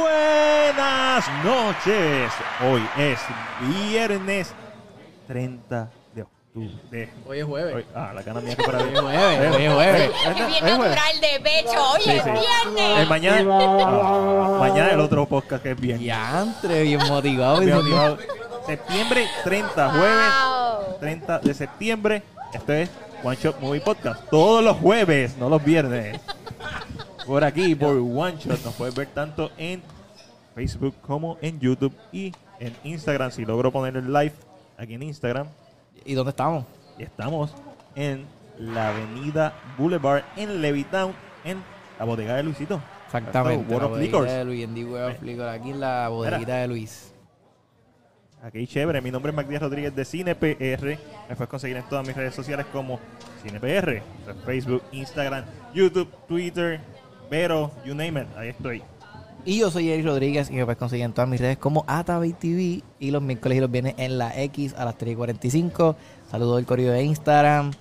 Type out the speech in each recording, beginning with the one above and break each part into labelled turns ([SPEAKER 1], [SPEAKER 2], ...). [SPEAKER 1] Buenas noches. Hoy es viernes 30 de octubre. de-
[SPEAKER 2] Hoy es jueves.
[SPEAKER 1] hoy- ah, la cana mía que para
[SPEAKER 2] Hoy es jueves, hoy es jueves.
[SPEAKER 3] Que bien natural de pecho. Oye,
[SPEAKER 1] Sí,
[SPEAKER 3] es
[SPEAKER 1] sí.
[SPEAKER 3] viernes.
[SPEAKER 1] Eh, mañana, ah, mañana el otro podcast que es viernes.
[SPEAKER 2] Diantre, bien motivado.
[SPEAKER 1] Bien
[SPEAKER 2] bien
[SPEAKER 1] motivado. Septiembre 30, jueves
[SPEAKER 3] Wow.
[SPEAKER 1] 30 de septiembre. Este es One Shot Movie Podcast. Todos los jueves, no los viernes. Por aquí, por One Shot, nos puedes ver tanto en Facebook como en YouTube y en Instagram. Si logro poner el live aquí en Instagram,
[SPEAKER 2] ¿Y dónde estamos?
[SPEAKER 1] Y estamos en la avenida Boulevard en Levittown, en la bodega de Luisito.
[SPEAKER 2] Exactamente.
[SPEAKER 1] World
[SPEAKER 2] la
[SPEAKER 1] of
[SPEAKER 2] bodeguita
[SPEAKER 1] Liquors.
[SPEAKER 2] de Luis, en The World of Liquors, aquí en la bodeguita de Luis.
[SPEAKER 1] Aquí chévere, mi nombre es Matías Rodríguez de CinePR. Me puedes conseguir en todas mis redes sociales como CinePR, O sea, Facebook, Instagram, YouTube, Twitter, Vero, you name it, ahí estoy.
[SPEAKER 2] Y yo soy Jerry Rodríguez y me puedes conseguir en todas mis redes como Atavay TV y los miércoles y los viernes en la X a las 3 y 45. Saludos del correo de Instagram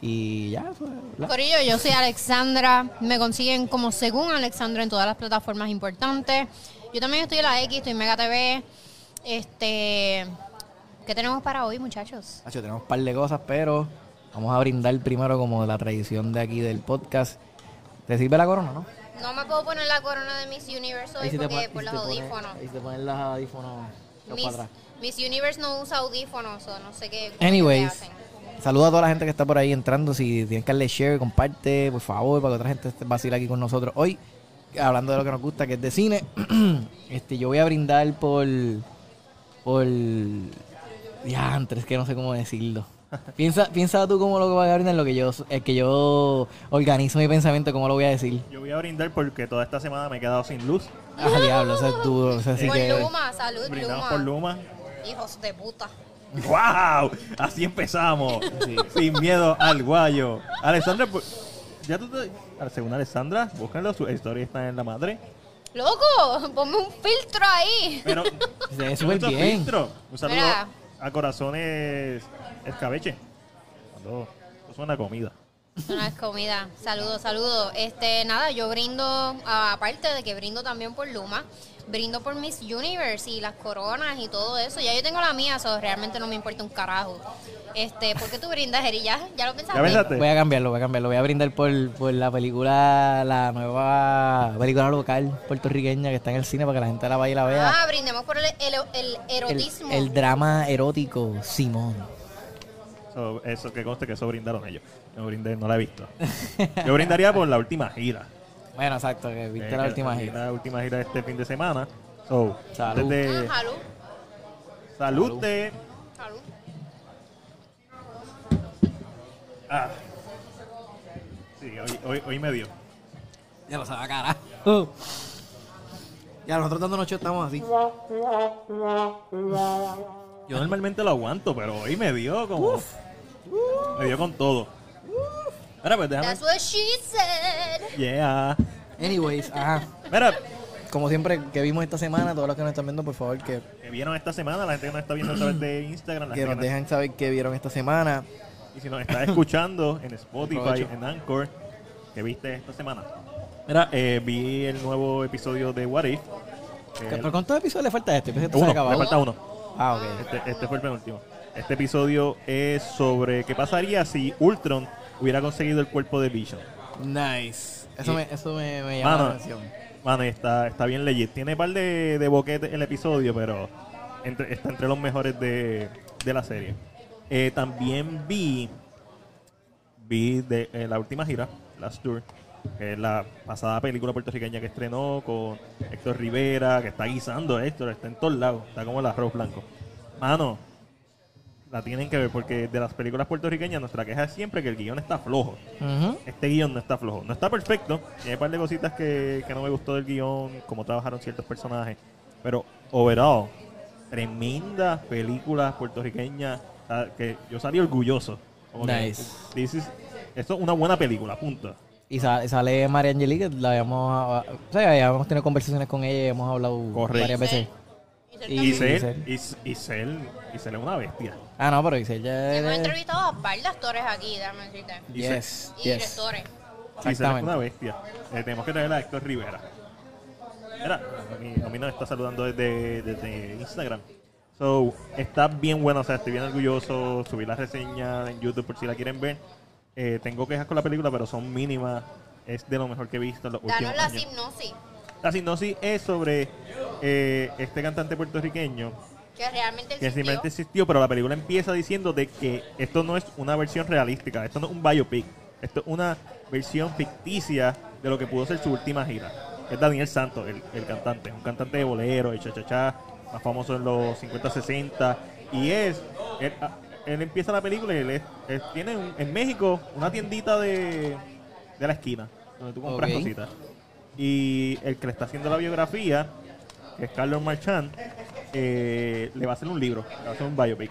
[SPEAKER 2] y ya. eso es, ¿verdad?
[SPEAKER 3] Corillo, yo soy Alexandra. Me consiguen como según Alexandra en todas las plataformas importantes. Yo también estoy en la X, estoy en Mega TV. Este. ¿Qué tenemos para hoy, muchachos?
[SPEAKER 2] Nacho, tenemos un par de cosas, pero vamos a brindar primero como la tradición de aquí del podcast. ¿Te sirve la corona, no?
[SPEAKER 3] No me puedo poner la corona de Miss Universe hoy porque
[SPEAKER 2] pon-
[SPEAKER 3] por
[SPEAKER 2] ahí
[SPEAKER 3] los
[SPEAKER 2] si te pones-
[SPEAKER 3] audífonos.
[SPEAKER 2] ahí si te ponen los audífonos. los
[SPEAKER 3] Miss,
[SPEAKER 2] para atrás.
[SPEAKER 3] Miss Universe no usa audífonos, o no sé qué. qué
[SPEAKER 2] Anyways,
[SPEAKER 3] hacen.
[SPEAKER 2] saludo a toda la gente que está por ahí entrando. Si tienes que darle share, comparte, por favor, para que otra gente esté- vacile aquí con nosotros hoy. Hablando de lo que nos gusta, que es de cine. este, yo voy a brindar por. por. Ya, es que no sé cómo decirlo. piensa, piensa tú cómo lo que voy a brindar, lo que yo, es que yo organizo mi pensamiento, cómo lo voy a decir.
[SPEAKER 1] Yo voy a brindar porque toda esta semana me he quedado sin luz.
[SPEAKER 2] Ah, diablo, eso es duro. eso sí
[SPEAKER 3] por
[SPEAKER 2] que-
[SPEAKER 3] Luma, salud,
[SPEAKER 1] Brindamos
[SPEAKER 3] Luma.
[SPEAKER 1] por Luma.
[SPEAKER 3] Hijos de puta.
[SPEAKER 1] ¡Wow! Así empezamos. Sin miedo al guayo. Alexandra, pu- ya tú te... Según Alexandra, búscalo, su historia está en la madre.
[SPEAKER 3] Loco, ponme un filtro ahí.
[SPEAKER 1] Pero
[SPEAKER 2] Se ve súper
[SPEAKER 1] Mucho
[SPEAKER 2] bien.
[SPEAKER 1] filtro. Un saludo
[SPEAKER 3] Mira.
[SPEAKER 1] a Corazones Escabeche. Cuando eso suena a comida.
[SPEAKER 3] No es comida. Saludos, saludos. Este, nada, yo brindo, ah, aparte de que brindo también por Luma, brindo por Miss Universe y las coronas y todo eso. Ya yo tengo la mía, eso realmente no me importa un carajo. Este, ¿por qué tú brindas, Eri? ¿Ya, ya lo pensaste?
[SPEAKER 1] ¿Ya pensaste?
[SPEAKER 2] Voy a cambiarlo, voy a cambiarlo. Voy a brindar por, por la película, la nueva película local puertorriqueña que está en el cine para que la gente la vaya y la vea.
[SPEAKER 3] Ah, brindemos por el, el, el
[SPEAKER 2] el,
[SPEAKER 3] erotismo.
[SPEAKER 2] el drama erótico, Simón.
[SPEAKER 1] Eso, eso que conste que eso brindaron ellos. Yo brindé, no la he visto. Yo brindaría por la última gira.
[SPEAKER 2] Bueno, exacto, que viste
[SPEAKER 1] Eh,
[SPEAKER 2] la
[SPEAKER 1] que-
[SPEAKER 2] última
[SPEAKER 1] vi
[SPEAKER 2] gira.
[SPEAKER 1] La última gira este fin de semana. So,
[SPEAKER 2] Salud.
[SPEAKER 1] desde-
[SPEAKER 3] Ah, salud,
[SPEAKER 1] salud de-
[SPEAKER 3] salud.
[SPEAKER 1] ah. Sí, hoy, hoy, hoy me dio.
[SPEAKER 2] Ya lo sabe, carajo. Ya nosotros dando noche estamos así.
[SPEAKER 1] Yo normalmente lo aguanto, pero hoy me dio como. Me dio con todo. Ahora pues déjame.
[SPEAKER 3] That's what she said.
[SPEAKER 1] Yeah.
[SPEAKER 2] Anyways, ajá.
[SPEAKER 1] Mira,
[SPEAKER 2] Como siempre que vimos esta semana, todos los que nos están viendo, por favor, que
[SPEAKER 1] que vieron esta semana, la gente que nos está viendo a través de Instagram, la
[SPEAKER 2] que
[SPEAKER 1] gente
[SPEAKER 2] nos
[SPEAKER 1] que nos-
[SPEAKER 2] dejen saber qué vieron esta semana.
[SPEAKER 1] y si nos está escuchando en Spotify,
[SPEAKER 2] Aprovecho.
[SPEAKER 1] en Anchor, que viste esta semana. Mira, eh, vi el nuevo episodio de What If. que es el-
[SPEAKER 2] ¿Pero cuántos episodios le falta a este? Pensé que esto se
[SPEAKER 1] uno,
[SPEAKER 2] acababa.
[SPEAKER 1] me falta uno.
[SPEAKER 2] Ah, ok.
[SPEAKER 1] Este, este fue el penúltimo. Este episodio es sobre qué pasaría si Ultron hubiera conseguido el cuerpo de Vision.
[SPEAKER 2] Nice. Eso,
[SPEAKER 1] Y-
[SPEAKER 2] me, eso me, me llama la
[SPEAKER 1] Mano,
[SPEAKER 2] atención.
[SPEAKER 1] mano, y está, está bien legit. Tiene par de, de boquetes el episodio, pero entre- está entre los mejores de, de la serie. Eh, también vi, vi de, eh, la última gira, Last Tour, que es la pasada película puertorriqueña que estrenó con Héctor Rivera, que está guisando a Héctor, está en todos lados, está como el arroz blanco. Mano, la tienen que ver porque de las películas puertorriqueñas nuestra queja es siempre que el guión está flojo
[SPEAKER 2] Ujú.
[SPEAKER 1] este guión no está flojo. No está perfecto. y Hay un par de cositas que, que no me gustó del guión, cómo trabajaron ciertos personajes. Pero, overall, tremenda película puertorriqueña o sea, que yo salí orgulloso. Como que,
[SPEAKER 2] Nice.
[SPEAKER 1] this is- esto es una buena película, punto.
[SPEAKER 2] Y sa- sale María Angelique, la habíamos, ah, o sea, ya hemos tenido conversaciones con ella y hemos hablado
[SPEAKER 1] Correcto.
[SPEAKER 2] varias veces.
[SPEAKER 3] Y,
[SPEAKER 2] Y-
[SPEAKER 3] y,
[SPEAKER 1] Isel, Is- Isel, Isel es una bestia.
[SPEAKER 2] Ah, no, pero dice ya.
[SPEAKER 3] hemos entrevistado a varios actores aquí, déjame decirte.
[SPEAKER 2] Yes,
[SPEAKER 3] Y
[SPEAKER 2] yes.
[SPEAKER 3] directores.
[SPEAKER 1] Isel es
[SPEAKER 2] Exactamente.
[SPEAKER 1] una bestia. Eh, tenemos que traer a Héctor Rivera. Mira, a mí, a mí nos está saludando desde, desde Instagram. So, está bien bueno, o sea, estoy bien orgulloso. Subí la reseña en YouTube por si la quieren ver. Eh, tengo quejas con la película, pero son mínimas. Es de lo mejor que he visto en los
[SPEAKER 3] Danos
[SPEAKER 1] últimos
[SPEAKER 3] la
[SPEAKER 1] años.
[SPEAKER 3] hipnosis.
[SPEAKER 1] La sinopsis es sobre eh, este cantante puertorriqueño
[SPEAKER 3] Que realmente
[SPEAKER 1] que simplemente
[SPEAKER 3] existió.
[SPEAKER 1] existió, pero la película empieza diciendo de que esto no es una versión realística, esto no es un biopic, esto es una versión ficticia de lo que pudo ser su última gira. Es Daniel Santos, el, el cantante, un cantante de bolero, de cha-cha-cha, más famoso en los 50-60, y es, él, a- él empieza la película y él, es- él tiene un- en México una tiendita de, de la esquina, donde tú compras
[SPEAKER 2] Ok.
[SPEAKER 1] cositas. Y el que le está haciendo la biografía, que es Carlos Marchand, eh, le va a hacer un libro, le va a hacer un biopic.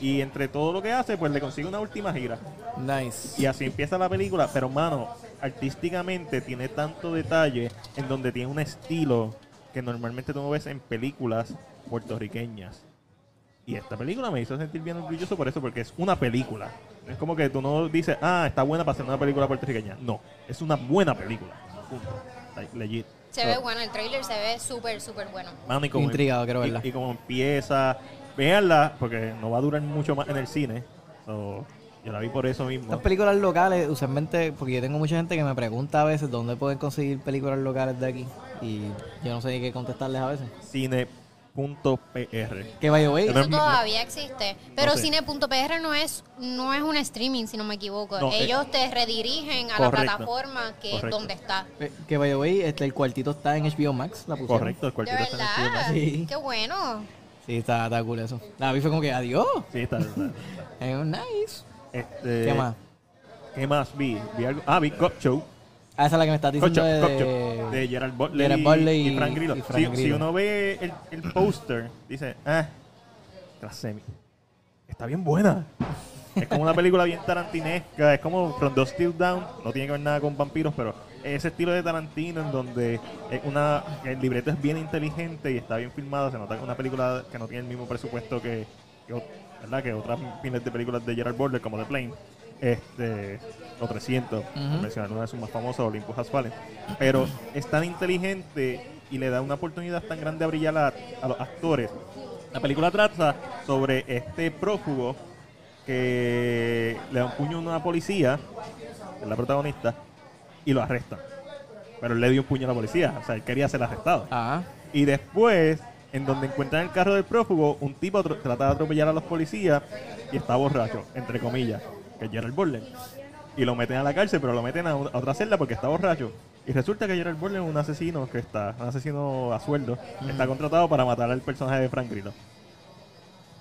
[SPEAKER 1] Y entre todo lo que hace, pues le consigue una última gira.
[SPEAKER 2] Nice.
[SPEAKER 1] Y así empieza la película, pero mano, artísticamente tiene tanto detalle en donde tiene un estilo que normalmente tú no ves en películas puertorriqueñas. Y esta película me hizo sentir bien orgulloso por eso, porque es una película. Es como que tú no dices, ah, está buena para ser una película puertorriqueña. No, es una buena película. Punto. Like, legit.
[SPEAKER 3] Se
[SPEAKER 1] Ah.
[SPEAKER 3] ve bueno, el trailer se ve súper, súper bueno.
[SPEAKER 1] Mano, y como-
[SPEAKER 2] Intrigado, quiero
[SPEAKER 1] y-
[SPEAKER 2] verla.
[SPEAKER 1] Y, como empieza, véanla, porque no va a durar mucho más en el cine. So, yo la vi por eso mismo.
[SPEAKER 2] Estas películas locales, usualmente, porque yo tengo mucha gente que me pregunta a veces dónde pueden conseguir películas locales de aquí. Y yo no sé ni qué contestarles a veces.
[SPEAKER 1] Cine.pr.
[SPEAKER 2] Que by the way,
[SPEAKER 1] Pero-
[SPEAKER 3] Eso todavía existe. Pero
[SPEAKER 1] No sé.
[SPEAKER 3] cine.pr no es, no es un streaming, si no me equivoco.
[SPEAKER 1] No, eh,
[SPEAKER 3] Ellos te redirigen a
[SPEAKER 1] correcto.
[SPEAKER 3] la plataforma que es
[SPEAKER 1] Correcto.
[SPEAKER 3] donde está.
[SPEAKER 2] eh, que by the way, este, el cuartito está en HBO Max, la pusieron.
[SPEAKER 1] Correcto, el
[SPEAKER 3] De
[SPEAKER 1] cuartito está en el cine.
[SPEAKER 3] verdad.
[SPEAKER 2] Sí.
[SPEAKER 3] Qué bueno.
[SPEAKER 2] Sí, está, está cool eso. La vi fue como que adiós.
[SPEAKER 1] Sí, está. está, está.
[SPEAKER 2] Es un nice.
[SPEAKER 1] Este,
[SPEAKER 2] ¿Qué más?
[SPEAKER 1] ¿Qué más vi? Vi algo- Ah, vi Cop Show.
[SPEAKER 2] Ah, esa es la que me estás
[SPEAKER 1] Cop
[SPEAKER 2] diciendo
[SPEAKER 1] Show,
[SPEAKER 2] de,
[SPEAKER 1] Cop Show, De Gerald Butler,
[SPEAKER 2] Gerard
[SPEAKER 1] y-
[SPEAKER 2] Butler
[SPEAKER 1] y,
[SPEAKER 2] y-
[SPEAKER 1] Frank Grillo.
[SPEAKER 2] y
[SPEAKER 1] si,
[SPEAKER 2] Frank
[SPEAKER 1] si
[SPEAKER 2] Grillo.
[SPEAKER 1] uno ve el, el póster, dice, ah, clase, está bien buena. Es como una película bien tarantinesca, es como From Dust Till Down, no tiene que ver nada con vampiros, pero es ese estilo de Tarantino en donde es una, el libreto es bien inteligente y está bien filmado, se nota que es una película que no tiene el mismo presupuesto que, que ot- ¿verdad? que otras miles de películas de Gerard Butler como The Plane, este, o 300, por
[SPEAKER 2] Ujú.
[SPEAKER 1] mencionar una de sus más famosas, Olympus Has Fallen, pero es tan inteligente y le da una oportunidad tan grande a brillar a, a los actores. La película trata sobre este prófugo que le da un puño a una policía, que es la protagonista, y lo arrestan. Pero él le dio un puño a la policía, o sea, él quería ser arrestado.
[SPEAKER 2] Ajá.
[SPEAKER 1] Y después, en donde encuentran el carro del prófugo, un tipo atro- trata de atropellar a los policías y está borracho, entre comillas, que es Gerald Butler. Y lo meten a la cárcel, pero lo meten a, un- a otra celda porque está borracho. Y resulta que Gerald Butler es un asesino que está, un asesino a sueldo, que está contratado para matar al personaje de Frank Grillo.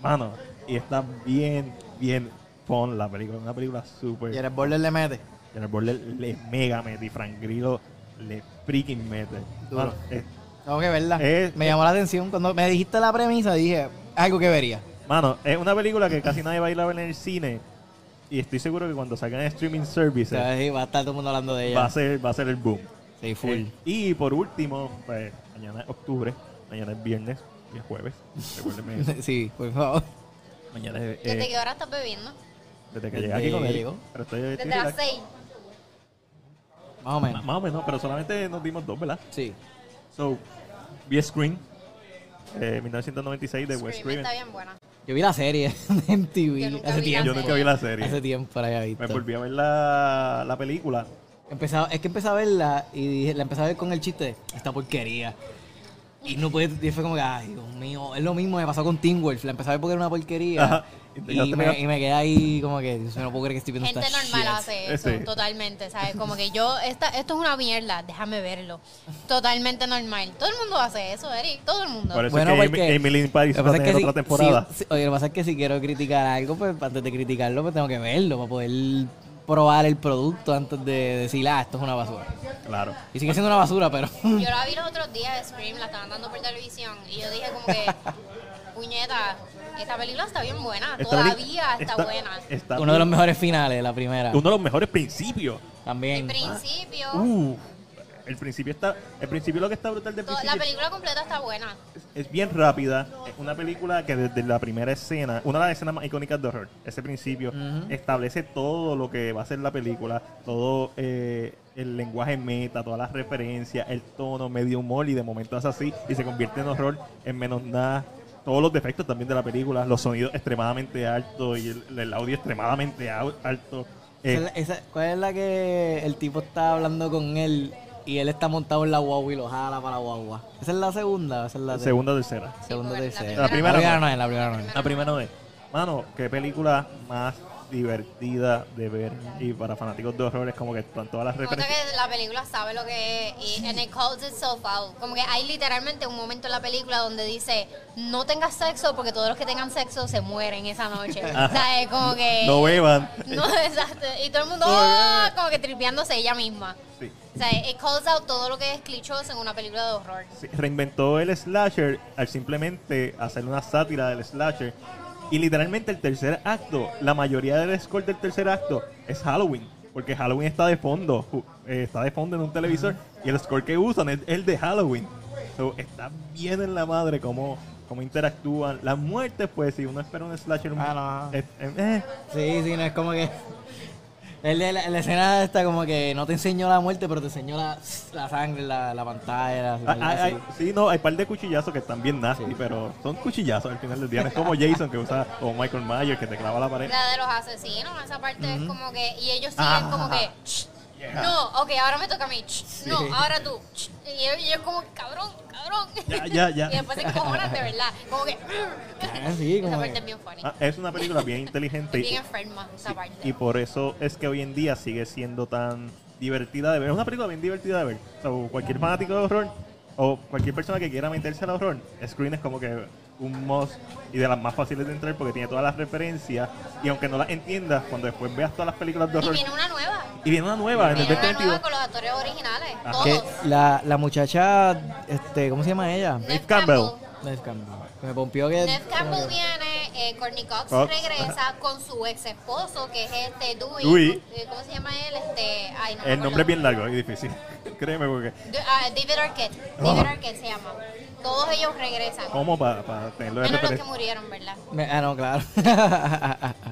[SPEAKER 1] Mano, y está bien, bien fun la película, una película súper.
[SPEAKER 2] Y el Border le mete.
[SPEAKER 1] Gerald Butler le mega mete y Frank Grillo le freaking mete.
[SPEAKER 2] Duro.
[SPEAKER 1] Mano, es-
[SPEAKER 2] Tengo que verla.
[SPEAKER 1] Es-
[SPEAKER 2] me llamó la atención. Cuando me dijiste la premisa, dije algo que vería.
[SPEAKER 1] Mano, es una película que casi nadie va a ir a ver en el cine. Y estoy seguro que cuando salgan en streaming
[SPEAKER 2] O
[SPEAKER 1] services
[SPEAKER 2] sea, sí, va a estar todo el mundo hablando de ella.
[SPEAKER 1] va, a ser, va a ser el boom.
[SPEAKER 2] Sí, full.
[SPEAKER 1] Eh, y por último, pues mañana es octubre, mañana es viernes y es jueves. Recuérdenme eso.
[SPEAKER 2] sí, por favor.
[SPEAKER 1] mañana es. eh,
[SPEAKER 3] ¿Desde qué hora estás bebiendo?
[SPEAKER 1] desde que
[SPEAKER 2] Desde
[SPEAKER 1] llegué aquí con
[SPEAKER 2] que
[SPEAKER 1] él.
[SPEAKER 2] llegó.
[SPEAKER 1] Pero estoy, estoy
[SPEAKER 3] Desde las
[SPEAKER 1] relax.
[SPEAKER 3] seis.
[SPEAKER 2] Más o menos.
[SPEAKER 1] Más o menos, pero solamente nos dimos dos, ¿verdad?
[SPEAKER 2] Sí.
[SPEAKER 1] So, vi Screen, eh, 1996 de West
[SPEAKER 3] Scream
[SPEAKER 1] Craven.
[SPEAKER 3] está bien buena.
[SPEAKER 2] Yo vi la serie en
[SPEAKER 3] Yo
[SPEAKER 2] MTV
[SPEAKER 3] nunca
[SPEAKER 2] hace
[SPEAKER 3] vi la
[SPEAKER 2] tiempo.
[SPEAKER 1] Yo nunca vi la
[SPEAKER 2] Hace
[SPEAKER 1] serie.
[SPEAKER 2] tiempo la había visto.
[SPEAKER 1] Me volví a ver la, la película.
[SPEAKER 2] Empezaba, es que empecé a verla y dije- la empecé a ver con el chiste de esta porquería. Y no puede, y fue como que, ay, Dios mío, es lo mismo que pasó con Teen Wolf. La empecé a ver porque era una porquería.
[SPEAKER 1] Ajá. Y te
[SPEAKER 2] Y
[SPEAKER 1] quedaste
[SPEAKER 2] me,
[SPEAKER 1] pegado.
[SPEAKER 2] y me quedé ahí como que, Dios mío, no puedo creer que estoy viendo
[SPEAKER 3] Gente
[SPEAKER 2] esta
[SPEAKER 3] normal
[SPEAKER 2] shit.
[SPEAKER 3] hace eso,
[SPEAKER 1] Sí.
[SPEAKER 3] totalmente, ¿sabes? Como que yo, esta, esto es una mierda, déjame verlo. Totalmente normal. Todo el mundo hace eso, Eric, todo el mundo.
[SPEAKER 1] Por eso
[SPEAKER 2] Bueno,
[SPEAKER 1] es que Em-
[SPEAKER 2] porque-
[SPEAKER 1] Emily in Paris
[SPEAKER 2] Lo
[SPEAKER 1] va
[SPEAKER 2] que
[SPEAKER 1] a
[SPEAKER 2] pasa es que
[SPEAKER 1] tener
[SPEAKER 2] si-
[SPEAKER 1] otra temporada.
[SPEAKER 2] si- oye, lo que pasa es que si quiero criticar algo, pues antes de criticarlo, pues tengo que verlo para poder probar el producto antes de decir, ah, esto es una basura.
[SPEAKER 1] Claro.
[SPEAKER 2] Y sigue siendo una basura, pero...
[SPEAKER 3] Yo la vi los otros días, Scream, la estaban dando por televisión, y yo dije como que, puñeta, esta película está bien buena,
[SPEAKER 1] Esta peli-
[SPEAKER 3] todavía está,
[SPEAKER 1] esta-
[SPEAKER 3] buena.
[SPEAKER 1] está
[SPEAKER 2] Uno de los
[SPEAKER 1] bien-
[SPEAKER 2] mejores finales, la primera.
[SPEAKER 1] uno de los mejores principios.
[SPEAKER 3] El
[SPEAKER 2] También.
[SPEAKER 3] principio,
[SPEAKER 1] Ah. Uh, El principio está, el principio lo que está brutal del
[SPEAKER 3] To- La
[SPEAKER 1] principio
[SPEAKER 3] película completa está buena.
[SPEAKER 1] es bien rápida. Es una película que desde la primera escena, una de las escenas más icónicas de horror, ese principio, establece todo lo que va a ser la película, todo eh, el lenguaje meta, todas las referencias, el tono, medio humor, y de momento hace así y se convierte en horror, en menos nada. Todos los defectos también de la película, los sonidos extremadamente altos y el, el audio extremadamente au- alto. Eh,
[SPEAKER 2] Esa es la- esa- ¿Cuál es la que el tipo está hablando con él y él está montado en la guagua y lo jala para la guagua? Esa es la segunda, esa es la segunda,
[SPEAKER 1] segunda o tercera.
[SPEAKER 2] segunda
[SPEAKER 3] Sí, porque la
[SPEAKER 2] tercera.
[SPEAKER 1] La primera no.
[SPEAKER 2] no es, la primera no es.
[SPEAKER 1] La primera vez. Mano, qué película más divertida de ver. Y para fanáticos de horrores, como que están todas las
[SPEAKER 3] Nota
[SPEAKER 1] referencias.
[SPEAKER 3] que la película sabe lo que es y and it calls itself out. Como que hay literalmente un momento en la película donde dice no tengas sexo porque todos los que tengan sexo se mueren esa noche. o sea, es como que...
[SPEAKER 1] No beban.
[SPEAKER 3] No, exacto. Y todo el mundo "Ah", como que tripeándose ella misma.
[SPEAKER 1] Sí.
[SPEAKER 3] O sea, it calls out todo lo que es clichoso en una película de horror.
[SPEAKER 1] Sí, Reinventó el slasher al simplemente hacer una sátira del slasher. Y literalmente el tercer acto, la mayoría del score del tercer acto es Halloween. Porque Halloween está de fondo. ju- eh, está de fondo en un televisor. Y el score que usan es el de Halloween. So, está bien en la madre cómo, cómo interactúan. Las muertes, pues, si uno espera un slasher.
[SPEAKER 2] Ah, no.
[SPEAKER 1] eh, eh, eh,
[SPEAKER 2] Sí, sí, no es como que. El de la, la escena está como que no te enseñó la muerte, pero te enseñó la, la sangre, la, la pantalla. la-
[SPEAKER 1] Ah, ah, ah, sí, no, hay par de cuchillazos que están bien nasty,
[SPEAKER 2] Sí.
[SPEAKER 1] pero son cuchillazos al final del día. No es como Jason que usa, o Michael Myers que te clava la pared.
[SPEAKER 3] La de los asesinos, esa parte es como que. Y ellos siguen
[SPEAKER 1] Ah.
[SPEAKER 3] como que. "Shh, No, ok, ahora me toca a mí. shh, No, ahora tú. shh". Y ellos, y ellos como, cabrón, cabrón.
[SPEAKER 1] Ya, ya, ya.
[SPEAKER 3] y después se encojonan de verdad. Como que.
[SPEAKER 2] Ah, sí,
[SPEAKER 3] esa
[SPEAKER 2] como
[SPEAKER 3] parte
[SPEAKER 2] que-
[SPEAKER 3] es bien funny.
[SPEAKER 1] Ah, es una película bien inteligente
[SPEAKER 3] bien
[SPEAKER 1] y,
[SPEAKER 3] enferma esa parte.
[SPEAKER 1] y por eso es que hoy en día sigue siendo tan divertida de ver. Es una película bien divertida de ver. So, cualquier fanático de horror o cualquier persona que quiera meterse al horror, Screen es como que un must y de las más fáciles de entrar porque tiene todas las referencias y aunque no las entiendas, cuando después veas todas las películas de
[SPEAKER 3] y
[SPEAKER 1] horror
[SPEAKER 3] viene una nueva.
[SPEAKER 1] y viene una nueva en Ah, el
[SPEAKER 3] Viene una nueva
[SPEAKER 1] 2022.
[SPEAKER 3] con los actores originales.
[SPEAKER 1] Ajá.
[SPEAKER 2] Que
[SPEAKER 3] Todos.
[SPEAKER 2] la, la muchacha, este, ¿cómo se llama ella?
[SPEAKER 3] Neve
[SPEAKER 1] Campbell.
[SPEAKER 2] Neve Campbell. Me pompió que.
[SPEAKER 3] Neve Campbell viene, eh, Courtney Cox,
[SPEAKER 1] Cox,
[SPEAKER 3] regresa con su ex esposo, que es este Dewey.
[SPEAKER 1] Dewey.
[SPEAKER 3] Eh, ¿Cómo se llama él? Este, ay, no me
[SPEAKER 1] El nombre
[SPEAKER 3] acuerdo.
[SPEAKER 1] es bien largo y difícil. Créeme, porque
[SPEAKER 3] Du- ah, David Arquette. David Arquette se llama. Todos ellos regresan.
[SPEAKER 1] ¿cómo para tenerlo de
[SPEAKER 3] Menos los que
[SPEAKER 1] Oh, referencia?
[SPEAKER 3] murieron, ¿verdad?
[SPEAKER 2] Me- ah, no, claro.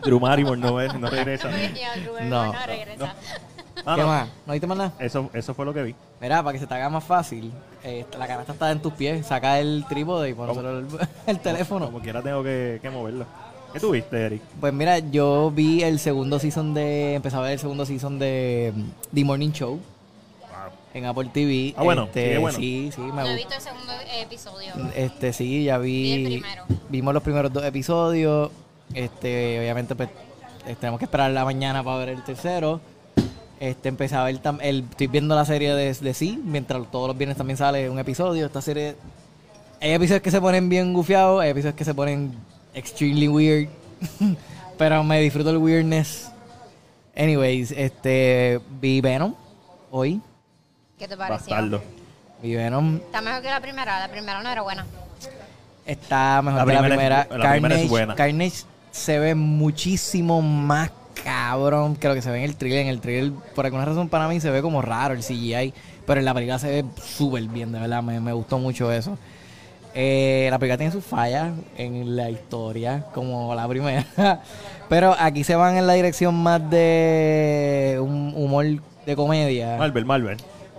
[SPEAKER 1] Drew Barrymore no, es- no regresa.
[SPEAKER 3] Ya, Rubén,
[SPEAKER 2] No.
[SPEAKER 3] no, regresa.
[SPEAKER 1] Ah,
[SPEAKER 2] ¿Qué
[SPEAKER 1] no.
[SPEAKER 2] más? ¿No viste más nada?
[SPEAKER 1] Eso, eso fue lo que vi.
[SPEAKER 2] Mira, para que se te haga más fácil, eh, la canasta está en tus pies. Saca el trípode y pon
[SPEAKER 1] ¿Cómo?
[SPEAKER 2] solo el, el teléfono.
[SPEAKER 1] Como quiera tengo que, que moverlo. ¿Qué tuviste, Eric?
[SPEAKER 2] Pues mira, yo vi el segundo season de. Empezaba a ver el segundo season de mm, The Morning Show en Apple TV.
[SPEAKER 1] Ah, bueno,
[SPEAKER 2] Este,
[SPEAKER 1] sigue bueno.
[SPEAKER 2] Sí, sí, me
[SPEAKER 3] No he
[SPEAKER 2] gusta.
[SPEAKER 3] visto el segundo episodio.
[SPEAKER 2] Este, sí, ya vi.
[SPEAKER 3] Vi el primero.
[SPEAKER 2] Vimos los primeros dos episodios. Este, obviamente, pues, eh, tenemos que esperar la mañana para ver el tercero. Este, empecé a ver tam- el, estoy viendo la serie de, de sí, mientras todos los viernes también sale un episodio. Esta serie, hay episodios que se ponen bien gufiados, hay episodios que se ponen extremely weird, pero me disfruto el weirdness. Anyways, este, vi Venom hoy,
[SPEAKER 3] ¿Qué te pareció?
[SPEAKER 1] Bastardo.
[SPEAKER 2] vi Venom,
[SPEAKER 3] Está mejor que la primera. La primera no era buena.
[SPEAKER 2] Está mejor
[SPEAKER 1] La primera
[SPEAKER 2] que la primera.
[SPEAKER 1] es bu- la primera es
[SPEAKER 2] Carnage-
[SPEAKER 1] buena.
[SPEAKER 2] Carnage se ve muchísimo más cabrón que lo que se ve en el trailer. En el trailer, por alguna razón para mí, se ve como raro el CGI. Pero en la película se ve súper bien, de verdad. Me, me gustó mucho eso. Eh, la película tiene sus fallas en la historia, como la primera. Pero aquí se van en la dirección más de un humor de comedia.
[SPEAKER 1] Marvel, Marvel.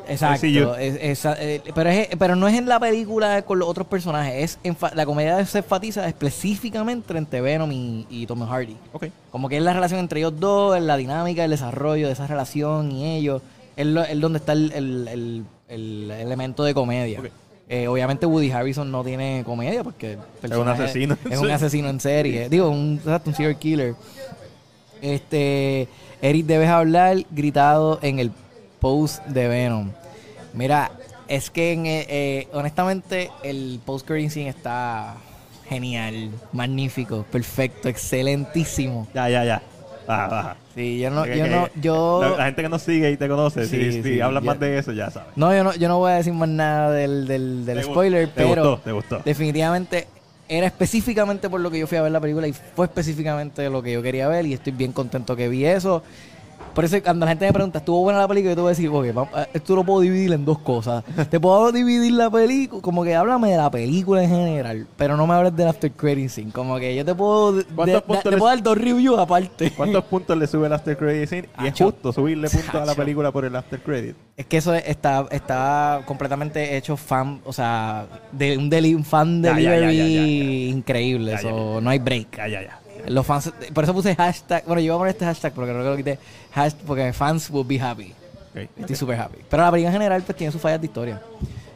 [SPEAKER 2] Exacto.
[SPEAKER 1] MCU.
[SPEAKER 2] es- esa- eh, pero, es, pero no es en la película con los otros personajes. Es enfa- la comedia se enfatiza específicamente entre Venom y, y Tom Hardy.
[SPEAKER 1] Ok.
[SPEAKER 2] Como que es la relación entre ellos dos, es la dinámica, el desarrollo de esa relación y ellos. Es, lo- es donde está el, el- el- el elemento de comedia.
[SPEAKER 1] Ok.
[SPEAKER 2] Eh, obviamente Woody Harrison no tiene comedia porque el personaje
[SPEAKER 1] asesino.
[SPEAKER 2] Es un
[SPEAKER 1] Sí.
[SPEAKER 2] asesino en serie. Digo, un, exacto, un serial killer. Este, Eric, debes hablar gritado en el post de Venom. Mira, es que en, eh, eh, honestamente el post credit scene está genial, magnífico, perfecto, excelentísimo.
[SPEAKER 1] Ya, ya, ya. Baja, baja.
[SPEAKER 2] Sí, yo no,
[SPEAKER 1] Que-
[SPEAKER 2] yo
[SPEAKER 1] que-
[SPEAKER 2] no, yo,
[SPEAKER 1] La, la gente que nos sigue y te conoce,
[SPEAKER 2] Sí,
[SPEAKER 1] si, si
[SPEAKER 2] sí,
[SPEAKER 1] hablas
[SPEAKER 2] ya.
[SPEAKER 1] más de eso, ya sabes.
[SPEAKER 2] no, yo no, yo no voy a decir más nada del, del, del
[SPEAKER 1] Te gu-
[SPEAKER 2] spoiler,
[SPEAKER 1] te
[SPEAKER 2] pero
[SPEAKER 1] gustó, te gustó.
[SPEAKER 2] definitivamente era específicamente por lo que yo fui a ver la película y fue específicamente lo que yo quería ver y estoy bien contento que vi eso. Por eso cuando la gente me pregunta, ¿estuvo buena la película? Yo te voy a decir, ok, vamos- eh, esto lo puedo dividir en dos cosas. Te puedo dividir la película, como que háblame de la película en general, pero no me hables del after credit scene. Como que yo te puedo, de-
[SPEAKER 1] ¿Cuántos
[SPEAKER 2] de-
[SPEAKER 1] puntos
[SPEAKER 2] te
[SPEAKER 1] le-
[SPEAKER 2] puedo dar dos reviews aparte.
[SPEAKER 1] ¿Cuántos puntos le sube el after credit scene? Y es
[SPEAKER 2] Acho.
[SPEAKER 1] justo subirle puntos a la
[SPEAKER 2] Acho.
[SPEAKER 1] película por el after credit.
[SPEAKER 2] Es que eso está, está completamente hecho fan, o sea, de un, deli- un fan
[SPEAKER 1] Ya, ya, ya,
[SPEAKER 2] delivery
[SPEAKER 1] ya, ya,
[SPEAKER 2] increíble.
[SPEAKER 1] Ya, ya,
[SPEAKER 2] so, no hay break.
[SPEAKER 1] Ya, ya, ya.
[SPEAKER 2] Los fans, por eso puse hashtag, bueno, yo iba a poner este hashtag porque creo que lo quité, hashtag, porque fans will be happy.
[SPEAKER 1] Ok.
[SPEAKER 2] Estoy súper happy. Pero la película en general pues tiene sus fallas de historia.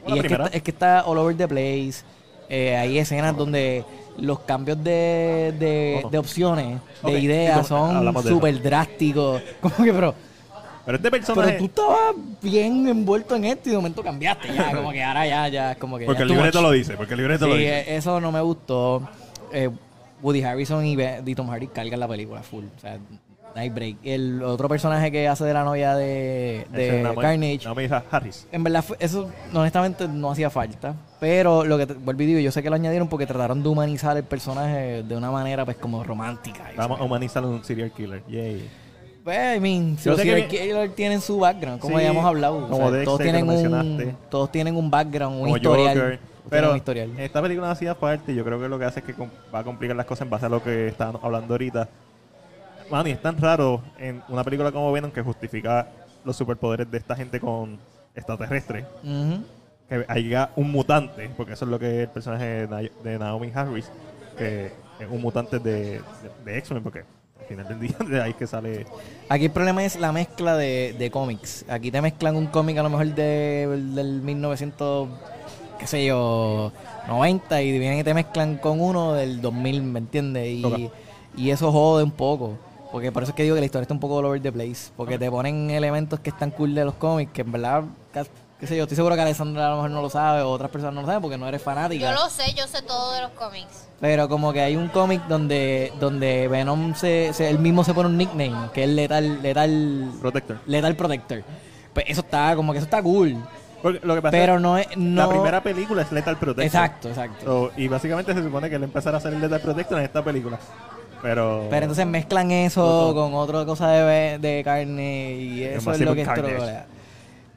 [SPEAKER 1] Como la
[SPEAKER 2] Y es que,
[SPEAKER 1] primera.
[SPEAKER 2] está, es que está all over the place. Eh, hay escenas donde los cambios de, de, de opciones, de
[SPEAKER 1] Ok,
[SPEAKER 2] ideas,
[SPEAKER 1] y como-
[SPEAKER 2] son
[SPEAKER 1] hablamos de eso.
[SPEAKER 2] súper drásticos. Como que, pero,
[SPEAKER 1] Pero este personaje.
[SPEAKER 2] pero tú estabas bien envuelto en esto y de momento cambiaste ya. Como que ahora ya, ya, como que.
[SPEAKER 1] porque
[SPEAKER 2] ya
[SPEAKER 1] el
[SPEAKER 2] too
[SPEAKER 1] libreto
[SPEAKER 2] much.
[SPEAKER 1] lo dice, porque el libreto lo
[SPEAKER 2] Sí,
[SPEAKER 1] dice.
[SPEAKER 2] eh, eso no me gustó. Eh, Woody Harrison y Ben- y Tom Hardy cargan la película full. O sea, no hay break. El otro personaje que hace de la novia de,
[SPEAKER 1] Ese
[SPEAKER 2] de
[SPEAKER 1] es Naomi-
[SPEAKER 2] Carnage.
[SPEAKER 1] Naomi Harris.
[SPEAKER 2] En verdad, fue- eso honestamente no hacía falta. Pero lo que te- vuelvo y digo, yo sé que lo añadieron porque trataron de humanizar el personaje de una manera, pues, como romántica. y
[SPEAKER 1] Vamos a humanizar a un serial killer. Yay.
[SPEAKER 2] eso. Pues, I mean, si
[SPEAKER 1] Yo
[SPEAKER 2] los
[SPEAKER 1] sé que
[SPEAKER 2] serial
[SPEAKER 1] vi-
[SPEAKER 2] killers tienen su background, como
[SPEAKER 1] Sí,
[SPEAKER 2] ya hemos hablado.
[SPEAKER 1] como Dexter,
[SPEAKER 2] todos,
[SPEAKER 1] que
[SPEAKER 2] tienen
[SPEAKER 1] lo
[SPEAKER 2] un,
[SPEAKER 1] mencionaste.
[SPEAKER 2] todos tienen un background, un
[SPEAKER 1] Como
[SPEAKER 2] historial.
[SPEAKER 1] Joker.
[SPEAKER 2] Tienen
[SPEAKER 1] Pero eh,
[SPEAKER 2] un historial.
[SPEAKER 1] esta película no hacía parte. Yo creo que lo que hace es que com- va a complicar las cosas en base a lo que están hablando ahorita. Mano, y es tan raro en una película como Venom que justifica los superpoderes de esta gente con extraterrestres.
[SPEAKER 2] Ujú.
[SPEAKER 1] que haya un mutante, porque eso es lo que el personaje de Na- de Naomi Harris, que es un mutante de, de, de X-Men, porque al final del día de ahí es que sale
[SPEAKER 2] Aquí el problema es la mezcla de, de cómics. Aquí te mezclan un cómic a lo mejor de- del 1900, qué sé yo, 90 y vienen y te mezclan con uno del 2000, ¿me entiendes? Y,
[SPEAKER 1] Ok.
[SPEAKER 2] y eso jode un poco. Porque por eso es que digo que la historia está un poco all over the place. Porque te ponen elementos que están cool de los cómics, que en verdad, ca- qué sé yo, estoy seguro que Alessandra a lo mejor no lo sabe o otras personas no lo saben porque no eres fanática.
[SPEAKER 3] Yo lo sé, yo sé todo de los cómics.
[SPEAKER 2] Pero como que hay un cómic donde, donde Venom se, se- él mismo se pone un nickname, que es Letal, Letal,
[SPEAKER 1] Protector.
[SPEAKER 2] Letal Protector. Pues eso está, como que eso está cool.
[SPEAKER 1] Porque lo que pasa
[SPEAKER 2] Pero
[SPEAKER 1] es
[SPEAKER 2] no es, no.
[SPEAKER 1] la primera película es Lethal Protector. Oh.
[SPEAKER 2] Exacto, exacto.
[SPEAKER 1] So, y básicamente se supone que él empezará a hacer el Lethal Protector en esta película. Pero,
[SPEAKER 2] Pero entonces mezclan eso con otra cosa de, ve- de carne y eso es
[SPEAKER 1] Massive
[SPEAKER 2] lo que es
[SPEAKER 1] Carnage.
[SPEAKER 2] trolea.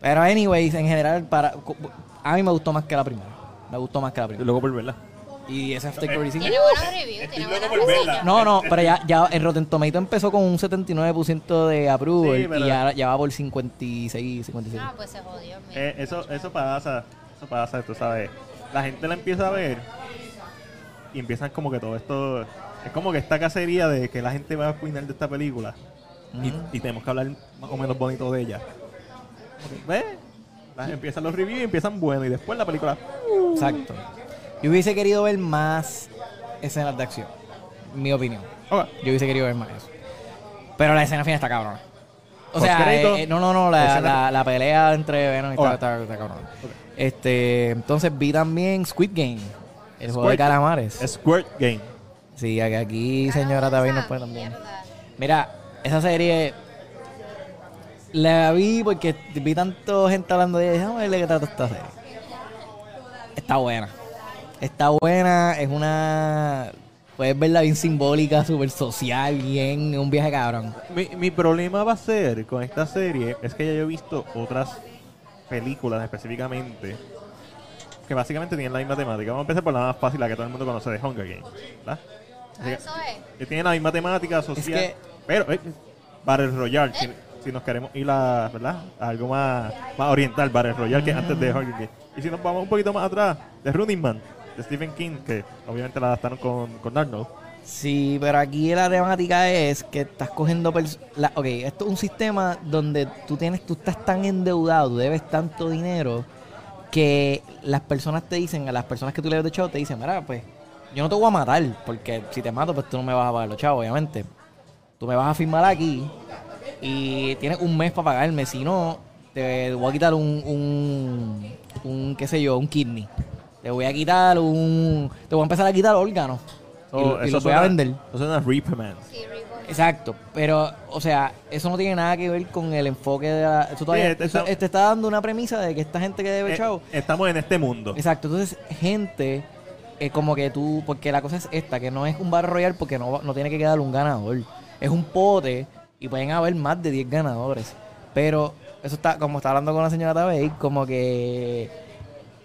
[SPEAKER 2] Pero anyways, en general, para co- a mí me gustó más que la primera. Me gustó más que la primera.
[SPEAKER 1] luego por verla.
[SPEAKER 2] Y ese After Credit Scene-
[SPEAKER 3] Tiene buenos reviews, tiene buenas reseñas.
[SPEAKER 2] No, no, pero ya, ya el Rotten Tomato empezó con un 79% de approval
[SPEAKER 1] Sí, pero-
[SPEAKER 2] y ya, ya va por 56, 57.
[SPEAKER 3] Ah, pues se jodió. mira.
[SPEAKER 1] Eh, eso, eso pasa, eso pasa, tú sabes. La gente la empieza a ver y empiezan como que todo esto. Es como que esta cacería de que la gente va a opinar de esta película y- y, tenemos que hablar más o menos bonito de ella. Como que, ¿Ves? Las- empiezan los reviews y empiezan bueno y después la película.
[SPEAKER 2] Exacto. Yo hubiese querido ver más escenas de acción, mi opinión.
[SPEAKER 1] Ok.
[SPEAKER 2] Yo hubiese querido ver más eso. Pero la escena final está cabrona. O
[SPEAKER 1] Post
[SPEAKER 2] sea,
[SPEAKER 1] crédito.
[SPEAKER 2] eh, eh, no, no, no, la,
[SPEAKER 1] Escena-
[SPEAKER 2] la- la pelea entre Venom y
[SPEAKER 1] Ok.
[SPEAKER 2] está, está, está cabrona. Este, entonces vi también Squid Game, el juego de
[SPEAKER 1] Squid-
[SPEAKER 2] calamares.
[SPEAKER 1] Squirt Game.
[SPEAKER 2] Sí, aquí- aquí señora
[SPEAKER 3] Ah,
[SPEAKER 2] David
[SPEAKER 3] esa
[SPEAKER 2] nos puede también.
[SPEAKER 3] mierda. Ah,
[SPEAKER 2] Mira, esa serie la vi porque vi tanto gente hablando de ella. Déjame ver de qué trata esta serie. Está buena. Está buena, es una. Puedes verla bien simbólica, súper social, bien. Un viaje cabrón.
[SPEAKER 1] Mi, mi problema va a ser con esta serie es que ya yo he visto otras películas específicamente que básicamente tienen la misma temática. Vamos a empezar por la más fácil, la que todo el mundo conoce de Hunger Games, ¿verdad? Así que-
[SPEAKER 3] Eso es.
[SPEAKER 1] que tiene la misma temática social.
[SPEAKER 2] Ah, que- Eh.
[SPEAKER 1] Pero eh, Battle Royale, si, si nos queremos ir a, ¿verdad? a algo más, más oriental, Battle Royale, que antes
[SPEAKER 2] Ah.
[SPEAKER 1] de Hunger Games. Y si nos vamos un poquito más atrás, de Running Man, de Stephen King, que obviamente la adaptaron con, con Arnold.
[SPEAKER 2] Sí, pero aquí la temática es que estás cogiendo... pers- La, ok, esto es un sistema donde tú tienes, tú estás tan endeudado, tú debes tanto dinero que las personas te dicen, a las personas que tú le debes de chavo, te dicen, mira, pues yo no te voy a matar, porque si te mato, pues tú no me vas a pagar los chavos, obviamente. Tú me vas a firmar aquí y tienes un mes para pagarme, si no, te voy a quitar un, un, un, qué sé yo, un kidney. Te voy a quitar un... Te voy a empezar a quitar órganos.
[SPEAKER 1] So,
[SPEAKER 2] y lo- y
[SPEAKER 1] Oh, eso
[SPEAKER 2] los voy a
[SPEAKER 1] suena-
[SPEAKER 2] vender.
[SPEAKER 1] Eso suena a Reaper Man.
[SPEAKER 3] Sí, rico.
[SPEAKER 2] Exacto, pero, o sea, eso no tiene nada que ver con el enfoque de la... Eso todavía,
[SPEAKER 1] este
[SPEAKER 2] eso-
[SPEAKER 1] está-
[SPEAKER 2] te está dando una premisa de que esta gente que debe,
[SPEAKER 1] Eh,
[SPEAKER 2] chavo...
[SPEAKER 1] estamos en este mundo.
[SPEAKER 2] Exacto, entonces gente, eh, como que tú, porque la cosa es esta, que no es un bar royal porque no, va- no tiene que quedar un ganador. Es un pote y pueden haber más de 10 ganadores. Pero eso está, como está hablando con la señora Tabey, como que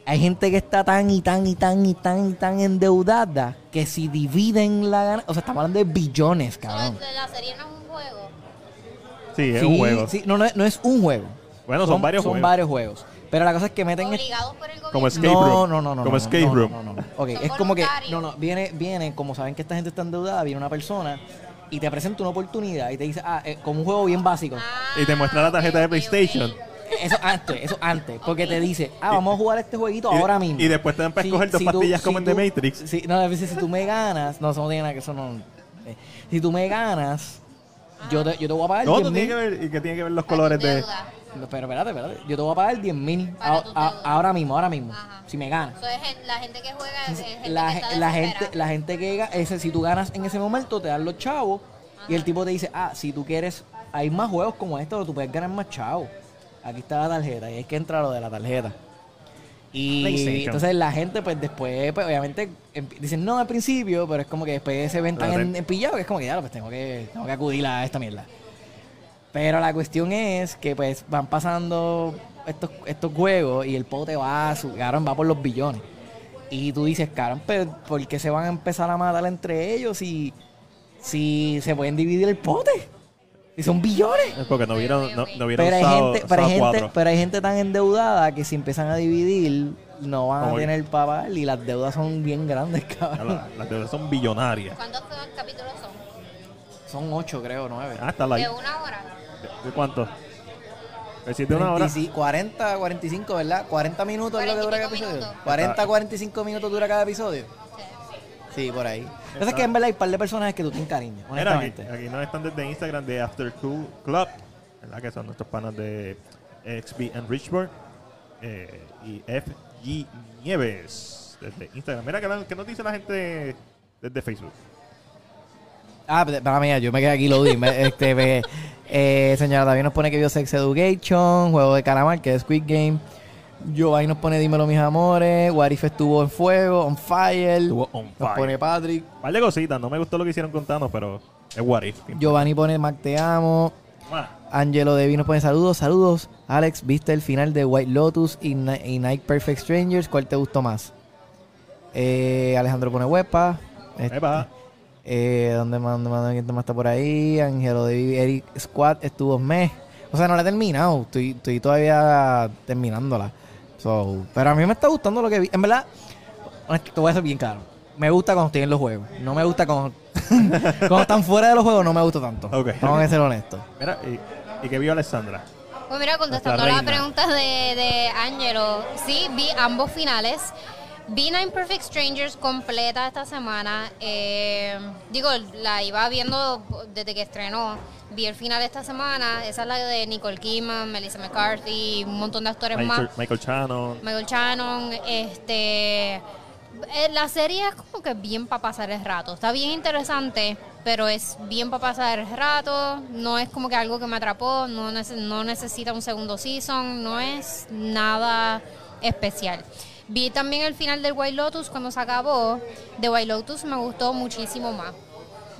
[SPEAKER 2] hay gente que está tan y tan y tan y tan y tan endeudada que si dividen la ganancia, o sea, estamos hablando de billones, cabrón.
[SPEAKER 3] Pues, La serie no es un juego.
[SPEAKER 1] Sí, es
[SPEAKER 2] Sí,
[SPEAKER 1] un juego.
[SPEAKER 2] sí, no, no, es- no es un juego.
[SPEAKER 1] Bueno, son varios
[SPEAKER 2] son
[SPEAKER 1] juegos.
[SPEAKER 2] varios juegos. Pero la cosa es que meten este-
[SPEAKER 3] Obligados por el gobierno.
[SPEAKER 1] Como Escape
[SPEAKER 2] no,
[SPEAKER 1] room.
[SPEAKER 2] no, no, no.
[SPEAKER 1] Como
[SPEAKER 2] no,
[SPEAKER 1] escape
[SPEAKER 2] no, no,
[SPEAKER 1] room.
[SPEAKER 2] No, no, no. Ok,
[SPEAKER 3] Son
[SPEAKER 2] es como que.
[SPEAKER 3] voluntarios.
[SPEAKER 2] No, no. Viene, viene, como saben que esta gente está endeudada, viene una persona y te presenta una oportunidad y te dice, ah, eh, como un juego bien básico.
[SPEAKER 3] Ah,
[SPEAKER 1] Y te muestra la tarjeta
[SPEAKER 3] ok,
[SPEAKER 1] de
[SPEAKER 3] ok, ok.
[SPEAKER 1] PlayStation.
[SPEAKER 2] Eso antes, eso antes. Porque te dice, ah, vamos a jugar este jueguito
[SPEAKER 1] Y-
[SPEAKER 2] ahora mismo.
[SPEAKER 1] y después te dan para escoger dos pastillas como en
[SPEAKER 2] tú-
[SPEAKER 1] The Matrix.
[SPEAKER 2] Sí, no, a veces si tú me ganas, no, eso no tiene nada que eso no. eh, si tú me ganas, yo te, yo te voy a pagar.
[SPEAKER 1] No,
[SPEAKER 2] 10
[SPEAKER 1] tú
[SPEAKER 2] mil.
[SPEAKER 1] tienes que ver, y que tiene que ver los
[SPEAKER 3] Para
[SPEAKER 1] colores
[SPEAKER 3] tu
[SPEAKER 1] de.
[SPEAKER 3] deuda.
[SPEAKER 2] No, Pero espérate, espérate. Yo te voy a pagar 10 mil.
[SPEAKER 3] Para
[SPEAKER 2] a-
[SPEAKER 3] tus
[SPEAKER 2] a-
[SPEAKER 3] deudas.
[SPEAKER 2] Ahora mismo, ahora mismo.
[SPEAKER 3] Ajá.
[SPEAKER 2] Si me ganas.
[SPEAKER 3] Eso es gen- la gente que juega es gente
[SPEAKER 2] la,
[SPEAKER 3] que está
[SPEAKER 2] la gente
[SPEAKER 3] desesperada.
[SPEAKER 2] la gente que ga- ese, si tú ganas en ese momento te dan los chavos y el tipo te dice ah si tú quieres hay más juegos como estos tú puedes ganar más chavos aquí está la tarjeta y es que entra lo de la tarjeta y
[SPEAKER 1] PlayStation.
[SPEAKER 2] entonces la gente pues después pues, obviamente empi- dicen no al principio pero es como que después se ven tan
[SPEAKER 1] Pero
[SPEAKER 2] en,
[SPEAKER 1] te-
[SPEAKER 2] en pillado que es como que ya pues tengo que tengo que acudir a esta mierda pero la cuestión es que pues van pasando estos, estos juegos y el pote va, a su, cabrón, va por los billones. Y tú dices, cabrón, pero ¿por qué se van a empezar a matar entre ellos si, si se pueden dividir el pote? Si son billones.
[SPEAKER 1] Es Porque no vieron, no, no vieron
[SPEAKER 2] Pero hay,
[SPEAKER 1] Sao-
[SPEAKER 2] gente, pero,
[SPEAKER 1] Sao
[SPEAKER 2] hay gente, pues.
[SPEAKER 1] 4.
[SPEAKER 2] pero hay gente tan endeudada que si empiezan a dividir no van a
[SPEAKER 1] Como que-
[SPEAKER 2] tener para pagar y las deudas son bien grandes,
[SPEAKER 1] Ya,
[SPEAKER 2] cabrón.
[SPEAKER 1] la- Las deudas son billonarias.
[SPEAKER 3] ¿Cuántos capítulos son?
[SPEAKER 2] Son ocho, creo, nueve.
[SPEAKER 1] Ah, está la.
[SPEAKER 3] De una hora.
[SPEAKER 1] ¿De cuánto? ¿El siete de una hora?
[SPEAKER 2] 35, 40, 45, ¿verdad? 40 minutos es lo que dura cada
[SPEAKER 3] 45
[SPEAKER 2] episodio.
[SPEAKER 3] minutos.
[SPEAKER 2] 40, 45 minutos dura cada episodio. Sí, por ahí. Entonces, que en verdad hay un par de personajes que tú te encariñas,
[SPEAKER 1] Mira, aquí,
[SPEAKER 2] honestamente.
[SPEAKER 1] aquí nos están desde Instagram de After Cool Club, ¿verdad? que son nuestros panas de XB and Richburg eh, y FG Nieves desde Instagram. Mira, que, nos dice la gente desde Facebook?
[SPEAKER 2] Ah, pero- para mí, yo me quedé aquí, lo di. Me- este, me- eh, señora David nos pone que vio Sex Education, Juego de Calamar, que es Squid Game. Giovanni nos pone Dímelo, mis amores. Warif estuvo en fuego, on fire.
[SPEAKER 1] Estuvo on
[SPEAKER 2] Nos
[SPEAKER 1] fire.
[SPEAKER 2] pone Patrick.
[SPEAKER 1] Vale cositas, no me gustó lo que hicieron con Thanos, pero es what if.
[SPEAKER 2] Giovanni pone Mac, te amo.
[SPEAKER 1] Ah,
[SPEAKER 2] Angelo Devi nos pone saludos, saludos. Alex, ¿viste el final de White Lotus y, Ni- y Night Perfect Strangers? ¿Cuál te gustó más? Eh, Alejandro pone huepa. Este,
[SPEAKER 1] epa.
[SPEAKER 2] eh, ¿Dónde más, dónde más, dónde más está por ahí? Angelo Devi, Eric Squad estuvo mes. O sea, no la he terminado. Estoy, estoy todavía terminándola. So, pero a mí me está gustando lo que vi. En verdad, honesto, te voy a ser bien claro. Me gusta cuando estoy en los juegos. No me gusta cuando, cuando están fuera de los juegos. No me gusta tanto.
[SPEAKER 1] Ok.
[SPEAKER 2] Vamos a ser honestos.
[SPEAKER 1] Mira, y, y que vio Alessandra.
[SPEAKER 3] Pues mira, contestando
[SPEAKER 1] Nuestra
[SPEAKER 3] la
[SPEAKER 1] reina.
[SPEAKER 3] pregunta de, de Angelo, sí, vi ambos finales. Vi Nine Perfect Strangers completa esta semana. eh, digo, la iba viendo desde que estrenó. Vi el final esta semana. Esa es la de Nicole Kidman, Melissa McCarthy, un montón de actores más.
[SPEAKER 1] Michael, Michael Shannon.
[SPEAKER 3] Michael Shannon, este eh, la serie es como que bien para pasar el rato. Está bien interesante, pero es bien para pasar el rato. No es como que algo que me atrapó. No, nece- no necesita un segundo season. No es nada especial. Vi también el final del White Lotus cuando se acabó. De White Lotus me gustó muchísimo más.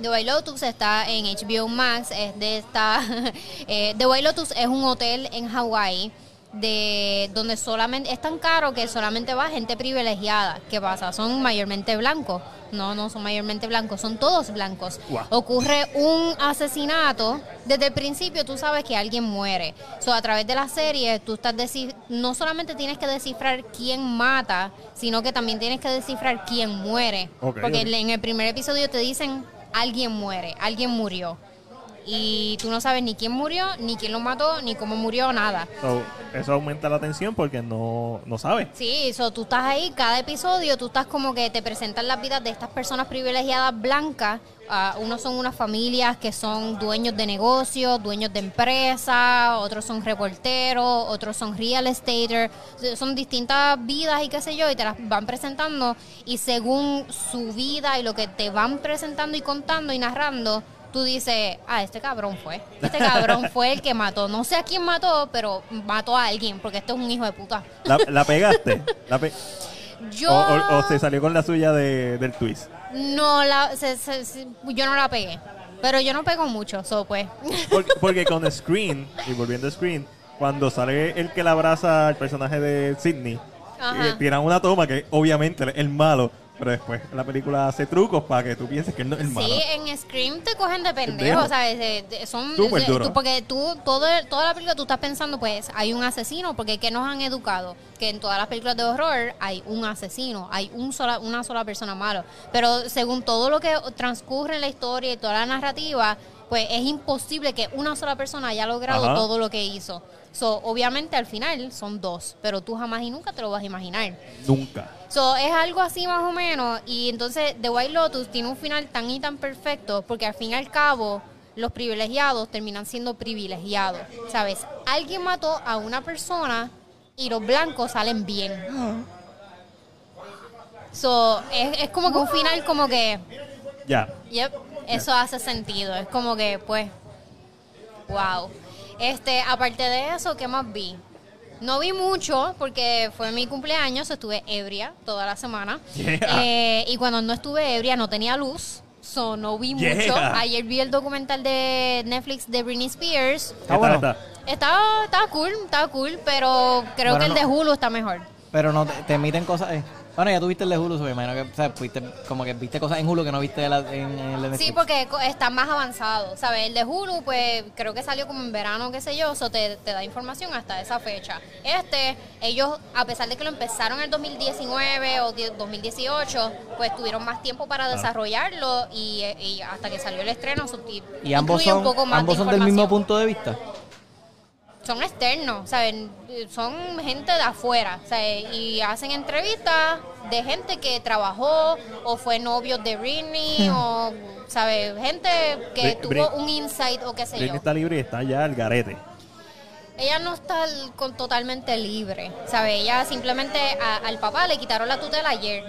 [SPEAKER 3] The White Lotus está en HBO Max, es de esta... eh, The White Lotus es un hotel en Hawái de donde solamente es tan caro que solamente va gente privilegiada. ¿Qué pasa? Son mayormente blancos. No, no son mayormente blancos, son todos blancos.
[SPEAKER 1] Guau.
[SPEAKER 3] Ocurre un asesinato, desde el principio tú sabes que alguien muere. So, a través de la serie tú estás deci- no solamente tienes que descifrar quién mata, sino que también tienes que descifrar quién muere.
[SPEAKER 1] Ok,
[SPEAKER 3] Porque
[SPEAKER 1] ok.
[SPEAKER 3] le- en el primer episodio te dicen alguien muere, alguien murió. Y tú no sabes ni quién murió, ni quién lo mató, ni cómo murió, nada.
[SPEAKER 1] So, eso aumenta la tensión porque no, no sabe.
[SPEAKER 3] Sí, so, tú estás ahí, cada episodio tú estás como que te presentan las vidas de estas personas privilegiadas blancas. Ah, unos son unas familias que son dueños de negocios, dueños de empresas, otros son reporteros, otros son real estaters. Son distintas vidas y qué sé yo, y te las van presentando. Y según su vida y lo que te van presentando y contando y narrando, tú dices, ah, este cabrón fue. Este cabrón fue el que mató. No sé a quién mató, pero mató a alguien, porque este es un hijo de puta.
[SPEAKER 1] La, la pegaste. La pe-
[SPEAKER 3] Yo
[SPEAKER 1] o, o- o se salió con la suya de- del twist.
[SPEAKER 3] no la, se- se- se- yo no la pegué. Pero yo no pego mucho, so pues.
[SPEAKER 1] Porque, porque con Screen, y volviendo a Screen, cuando sale el que la abraza al personaje de Sidney,
[SPEAKER 3] Ajá.
[SPEAKER 1] eh, tiran una toma que obviamente es el malo, pero después la película hace trucos para que tú pienses que él no es el malo.
[SPEAKER 3] Sí, en Scream te cogen de pendejo,
[SPEAKER 1] Pendejo.
[SPEAKER 3] ¿sabes? De- de- son,
[SPEAKER 1] Súper
[SPEAKER 3] de-
[SPEAKER 1] duro.
[SPEAKER 3] tú- porque tú, todo, el- toda la película tú estás pensando, pues, hay un asesino, porque ¿qué nos han educado? Que en todas las películas de horror hay un asesino, hay un sola, una sola persona malo. Pero según todo lo que transcurre en la historia y toda la narrativa, pues es imposible que una sola persona haya logrado
[SPEAKER 1] Ajá.
[SPEAKER 3] todo lo que hizo. So, obviamente al final son dos, pero tú jamás y nunca te lo vas a imaginar.
[SPEAKER 1] Nunca.
[SPEAKER 3] So, es algo así más o menos. Y entonces The White Lotus tiene un final tan y tan perfecto porque al fin y al cabo los privilegiados terminan siendo privilegiados. ¿Sabes? Alguien mató a una persona y los blancos salen bien. So, es, es como que un final como que,
[SPEAKER 1] Ya.
[SPEAKER 3] yep, eso hace sentido. Es como que, pues, wow. Este, aparte de eso, ¿qué más vi? No vi mucho porque fue mi cumpleaños, estuve ebria toda la semana.
[SPEAKER 1] Yeah.
[SPEAKER 3] Eh, y cuando no estuve ebria no tenía luz, so no vi
[SPEAKER 1] Yeah.
[SPEAKER 3] mucho. Ayer vi el documental de Netflix de Britney Spears.
[SPEAKER 1] ¿Qué
[SPEAKER 2] Está
[SPEAKER 1] tal
[SPEAKER 2] bueno.
[SPEAKER 1] está?
[SPEAKER 3] Estaba, estaba cool, estaba cool, pero creo
[SPEAKER 2] Bueno,
[SPEAKER 3] que el
[SPEAKER 2] no.
[SPEAKER 3] de Hulu está mejor.
[SPEAKER 2] Pero no, te, te emiten cosas. eh. Bueno, ya tuviste el de Hulu, so me imagino que, o sea, fuiste- como que viste cosas en Hulu que no viste de la- en, en el de
[SPEAKER 3] Sí,
[SPEAKER 2] Netflix.
[SPEAKER 3] porque co- está más avanzado, ¿sabes? El de Hulu, pues creo que salió como en verano, qué sé yo, eso te, te da información hasta esa fecha. Este, ellos, a pesar de que lo empezaron en el 2019 o die- 2018, pues tuvieron más tiempo para desarrollarlo y, y hasta que salió el estreno, su-
[SPEAKER 2] Y ambos
[SPEAKER 3] incluye
[SPEAKER 2] son,
[SPEAKER 3] un poco más de
[SPEAKER 2] ambos son del mismo
[SPEAKER 3] información.
[SPEAKER 2] punto de vista.
[SPEAKER 3] Son externos, ¿saben? Eh, Son gente de afuera, ¿sabes? Y hacen entrevistas de gente que trabajó o fue novio de Britney o, ¿sabes? Gente que
[SPEAKER 1] Bri-
[SPEAKER 3] tuvo
[SPEAKER 1] Brit-
[SPEAKER 3] un insight o qué sé
[SPEAKER 1] Britney
[SPEAKER 3] yo.
[SPEAKER 1] está libre y está ya al garete.
[SPEAKER 3] Ella no está al- con, totalmente libre, ¿sabes? Ella simplemente a- al papá le quitaron la tutela ayer,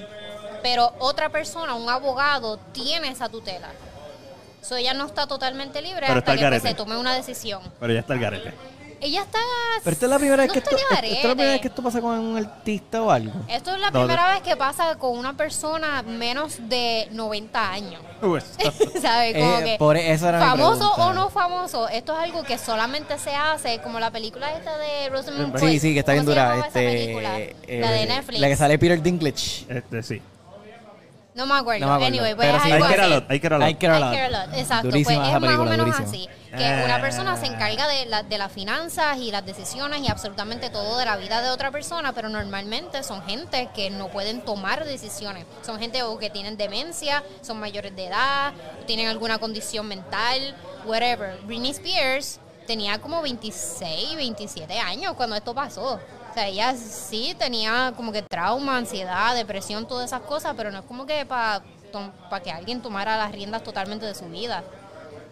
[SPEAKER 3] pero otra persona, un abogado, tiene esa tutela. So, ella no está totalmente libre
[SPEAKER 1] Pero está
[SPEAKER 3] hasta
[SPEAKER 1] al
[SPEAKER 3] que pues,
[SPEAKER 1] garete.
[SPEAKER 3] se tome una decisión.
[SPEAKER 1] Pero ya está al garete.
[SPEAKER 3] Ella está...
[SPEAKER 2] Pero esta es la primera
[SPEAKER 3] no
[SPEAKER 2] vez que
[SPEAKER 3] está
[SPEAKER 2] esto,
[SPEAKER 3] ni
[SPEAKER 2] esta
[SPEAKER 3] Eh,
[SPEAKER 2] es la primera
[SPEAKER 3] garete.
[SPEAKER 2] vez que esto pasa con un artista o algo.
[SPEAKER 3] Esto es la
[SPEAKER 1] No,
[SPEAKER 3] primera vez que pasa con una persona menos de 90 años.
[SPEAKER 2] Uh,
[SPEAKER 1] Pues,
[SPEAKER 3] ¿Sabes? Como
[SPEAKER 2] Eh,
[SPEAKER 3] que
[SPEAKER 2] por eso era mi
[SPEAKER 3] famoso
[SPEAKER 2] pregunta.
[SPEAKER 3] o no famoso, esto es algo que solamente se hace como la película esta de Rosamund
[SPEAKER 2] Sí,
[SPEAKER 3] Pike.
[SPEAKER 2] sí, que está bien
[SPEAKER 3] pues, ¿Cómo se
[SPEAKER 2] dura.
[SPEAKER 3] llamaba esa
[SPEAKER 2] Este,
[SPEAKER 3] película?
[SPEAKER 2] eh,
[SPEAKER 3] la de Netflix.
[SPEAKER 2] La que sale Peter Dinklage.
[SPEAKER 1] este sí.
[SPEAKER 3] No me acuerdo.
[SPEAKER 2] No me acuerdo.
[SPEAKER 3] Anyway, pues
[SPEAKER 2] Pero
[SPEAKER 3] es
[SPEAKER 2] sí,
[SPEAKER 1] Hay
[SPEAKER 3] algo
[SPEAKER 1] que
[SPEAKER 3] así.
[SPEAKER 1] lot, hay que lot.
[SPEAKER 2] I Care a
[SPEAKER 3] I
[SPEAKER 2] Lot.
[SPEAKER 3] Care a Lot, Exacto.
[SPEAKER 2] Durísima
[SPEAKER 3] pues
[SPEAKER 2] esa
[SPEAKER 3] es más o
[SPEAKER 2] película,
[SPEAKER 3] menos así.
[SPEAKER 2] durísima.
[SPEAKER 3] Que una
[SPEAKER 1] Ah.
[SPEAKER 3] persona se encarga de, la- de las finanzas y las decisiones y absolutamente todo de la vida de otra persona, pero normalmente son gente que no pueden tomar decisiones. Son gente o que tienen demencia, son mayores de edad, tienen alguna condición mental, whatever. Britney Spears tenía como 26, 27 años cuando esto pasó. O sea, ella sí tenía como que trauma, ansiedad, depresión, todas esas cosas, pero no es como que para que alguien tomara las riendas totalmente de su vida.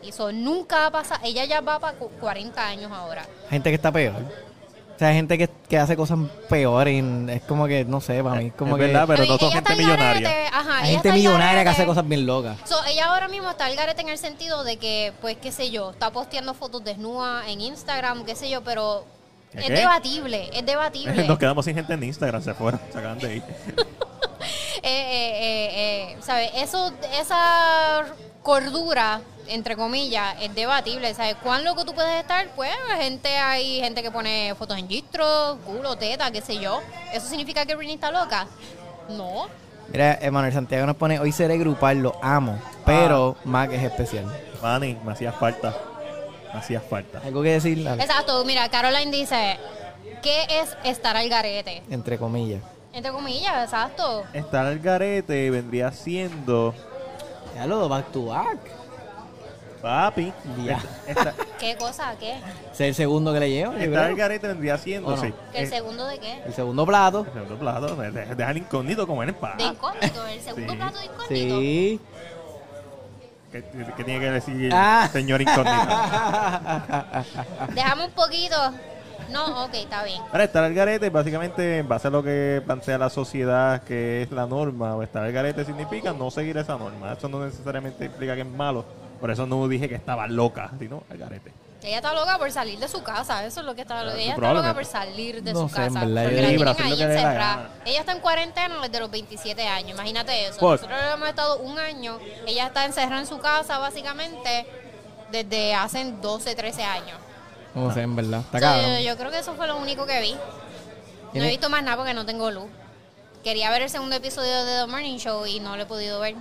[SPEAKER 3] Y eso nunca ha pasado. Ella ya va para 40 años ahora.
[SPEAKER 2] Gente que está peor. O sea, gente que, que hace cosas peores. y Es como que, no sé, para mí. Es como
[SPEAKER 1] es
[SPEAKER 2] que.
[SPEAKER 1] verdad, pero
[SPEAKER 3] I mean,
[SPEAKER 1] no son
[SPEAKER 3] ella
[SPEAKER 1] gente
[SPEAKER 3] está al garete,
[SPEAKER 1] millonaria.
[SPEAKER 3] ajá,
[SPEAKER 2] hay
[SPEAKER 3] ella está
[SPEAKER 2] gente
[SPEAKER 3] al
[SPEAKER 2] millonaria que
[SPEAKER 3] garete.
[SPEAKER 2] hace cosas bien locas.
[SPEAKER 3] So, ella ahora mismo está al garete en el sentido de que, pues, qué sé yo, está posteando fotos desnudas en Instagram, qué sé yo, pero
[SPEAKER 1] ¿Qué,
[SPEAKER 3] es
[SPEAKER 1] qué?
[SPEAKER 3] debatible, es debatible.
[SPEAKER 1] Nos quedamos sin gente en Instagram, se fueron, se acaban de ir.
[SPEAKER 3] eh, eh, eh, eh, ¿sabe? Eso, esa cordura, entre comillas, es debatible, ¿sabes? ¿Cuán loco tú puedes estar? Pues gente hay gente que pone fotos en gistro, culo, teta, qué sé yo. ¿Eso significa que Britney está loca? No.
[SPEAKER 2] Mira, Emanuel Santiago nos pone: Hoy seré grupal, lo amo.
[SPEAKER 3] Ah.
[SPEAKER 2] Pero Mac es especial.
[SPEAKER 1] Manny, me hacías falta. Me hacías falta.
[SPEAKER 2] ¿Algo que decir? Dale.
[SPEAKER 3] Exacto, mira, Caroline dice, ¿qué es estar al garete?
[SPEAKER 2] Entre comillas.
[SPEAKER 3] Entre comillas, exacto.
[SPEAKER 1] Estar al garete vendría siendo.
[SPEAKER 2] Ya lo back to back.
[SPEAKER 1] Papi.
[SPEAKER 2] Ya.
[SPEAKER 1] est- esta-
[SPEAKER 3] ¿Qué cosa? ¿Qué?
[SPEAKER 2] Ese es el segundo que le llevo. yo
[SPEAKER 1] estar al
[SPEAKER 2] creo.
[SPEAKER 1] garete vendría siendo,
[SPEAKER 2] ¿O no?
[SPEAKER 1] sí.
[SPEAKER 3] ¿El segundo de qué?
[SPEAKER 2] El segundo plato.
[SPEAKER 1] El segundo plato, de- de- deja el incógnito como en paz.
[SPEAKER 3] De incógnito, el segundo
[SPEAKER 1] Sí.
[SPEAKER 3] plato de incógnito.
[SPEAKER 2] Sí.
[SPEAKER 1] ¿Qué, qué tiene que decir
[SPEAKER 2] Ah.
[SPEAKER 1] señor incógnito?
[SPEAKER 3] Dejamos un poquito. No, ok, está bien.
[SPEAKER 1] Ahora, estar al garete, básicamente, en base a lo que plantea la sociedad, que es la norma, o estar al garete significa no seguir esa norma. Eso no necesariamente implica que es malo. Por eso no dije que estaba loca, sino al garete.
[SPEAKER 3] Ella está loca por salir de su casa, eso es lo que
[SPEAKER 2] Ah,
[SPEAKER 3] está
[SPEAKER 1] Claro,
[SPEAKER 3] Ella está
[SPEAKER 1] probablemente.
[SPEAKER 3] loca por salir de
[SPEAKER 2] No
[SPEAKER 3] su
[SPEAKER 2] sé, en
[SPEAKER 3] casa.
[SPEAKER 2] verdad,
[SPEAKER 3] porque
[SPEAKER 2] yo
[SPEAKER 3] la
[SPEAKER 2] digo,
[SPEAKER 3] tienen
[SPEAKER 2] hacer
[SPEAKER 3] ahí
[SPEAKER 2] lo que le dé la
[SPEAKER 3] encerrada.
[SPEAKER 2] gana.
[SPEAKER 3] Ella está en cuarentena desde los 27 años, imagínate eso.
[SPEAKER 2] Pues-
[SPEAKER 1] Fuck.
[SPEAKER 3] Nosotros hemos estado un año, ella está encerrada en su casa básicamente desde hace 12, 13 años.
[SPEAKER 2] No sé, en verdad. Está
[SPEAKER 3] So,
[SPEAKER 2] cabrón.
[SPEAKER 3] yo, yo creo que eso fue lo único que vi. No
[SPEAKER 2] Tiene-
[SPEAKER 3] he visto más nada porque no tengo luz. Quería ver el segundo episodio de The Morning Show y no lo he podido ver.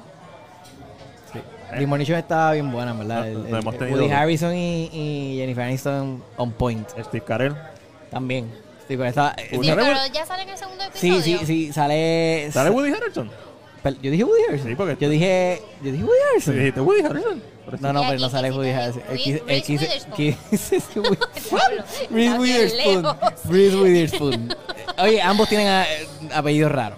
[SPEAKER 2] Sí. The Morning Show estaba bien buena, en verdad.
[SPEAKER 1] No,
[SPEAKER 2] El-
[SPEAKER 1] no
[SPEAKER 2] el-
[SPEAKER 1] hemos
[SPEAKER 2] el
[SPEAKER 1] tenido
[SPEAKER 2] Woody
[SPEAKER 1] dos.
[SPEAKER 2] Harrison y, y Jennifer Aniston on point.
[SPEAKER 1] Steve Carell.
[SPEAKER 2] También. Sí, pero estaba- eh,
[SPEAKER 1] Woody-
[SPEAKER 3] Sí,
[SPEAKER 1] ¿Sale
[SPEAKER 3] pero
[SPEAKER 1] Woody-
[SPEAKER 3] ya sale en el segundo
[SPEAKER 2] sí,
[SPEAKER 3] episodio.
[SPEAKER 2] sí, sí, sale...
[SPEAKER 1] ¿Sale Woody Harrelson?
[SPEAKER 2] Pero Yo dije Woody Harrelson.
[SPEAKER 1] Sí, porque-
[SPEAKER 2] Yo dije... Yo dije Woody
[SPEAKER 1] Sí,
[SPEAKER 2] Harrelson.
[SPEAKER 1] dijiste Woody Harrelson. Pero
[SPEAKER 2] No, no,
[SPEAKER 3] Y
[SPEAKER 2] pero no
[SPEAKER 3] aquí
[SPEAKER 2] sale
[SPEAKER 3] sí
[SPEAKER 2] Woody
[SPEAKER 3] tiene
[SPEAKER 2] Harrelson. El
[SPEAKER 3] Reese-
[SPEAKER 2] quise- el
[SPEAKER 3] Reese
[SPEAKER 2] quise- eh,
[SPEAKER 3] Witherspoon.
[SPEAKER 2] quise- sí, Woody-
[SPEAKER 3] Diablo,
[SPEAKER 2] Reese
[SPEAKER 3] está bien
[SPEAKER 2] Witherspoon.
[SPEAKER 3] lejos.
[SPEAKER 2] Reese Witherspoon. Oye, ambos tienen ah, eh, apellidos raros.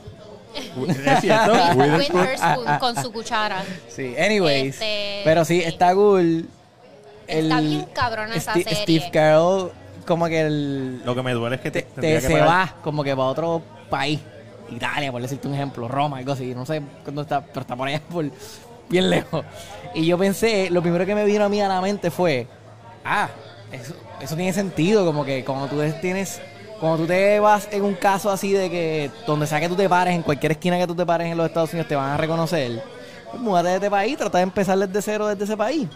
[SPEAKER 1] Woody- Es cierto. Woody Harrelson.
[SPEAKER 3] Witherspoon con su cuchara.
[SPEAKER 2] Sí, anyways.
[SPEAKER 3] Este,
[SPEAKER 2] pero sí,
[SPEAKER 3] sí.
[SPEAKER 2] está cool.
[SPEAKER 3] Está bien cabrona esa
[SPEAKER 2] Steve-
[SPEAKER 3] serie.
[SPEAKER 2] Steve Carell, como que el,
[SPEAKER 1] Lo que me duele es que
[SPEAKER 2] te,
[SPEAKER 1] te,
[SPEAKER 2] te
[SPEAKER 1] tendría que
[SPEAKER 2] se
[SPEAKER 1] pagar-
[SPEAKER 2] va como que para otro país. Italia, por decirte un ejemplo, Roma, algo así. No sé cuándo está, pero está por allá, por bien lejos. Y yo pensé, lo primero que me vino a mí a la mente fue, ah, eso, eso tiene sentido, como que cuando tú es- tienes, cuando tú te vas en un caso así de que donde sea que tú te pares, en cualquier esquina que tú te pares en los Estados Unidos, te van a reconocer. Pues múdate de este país, trata de empezar desde cero desde ese país.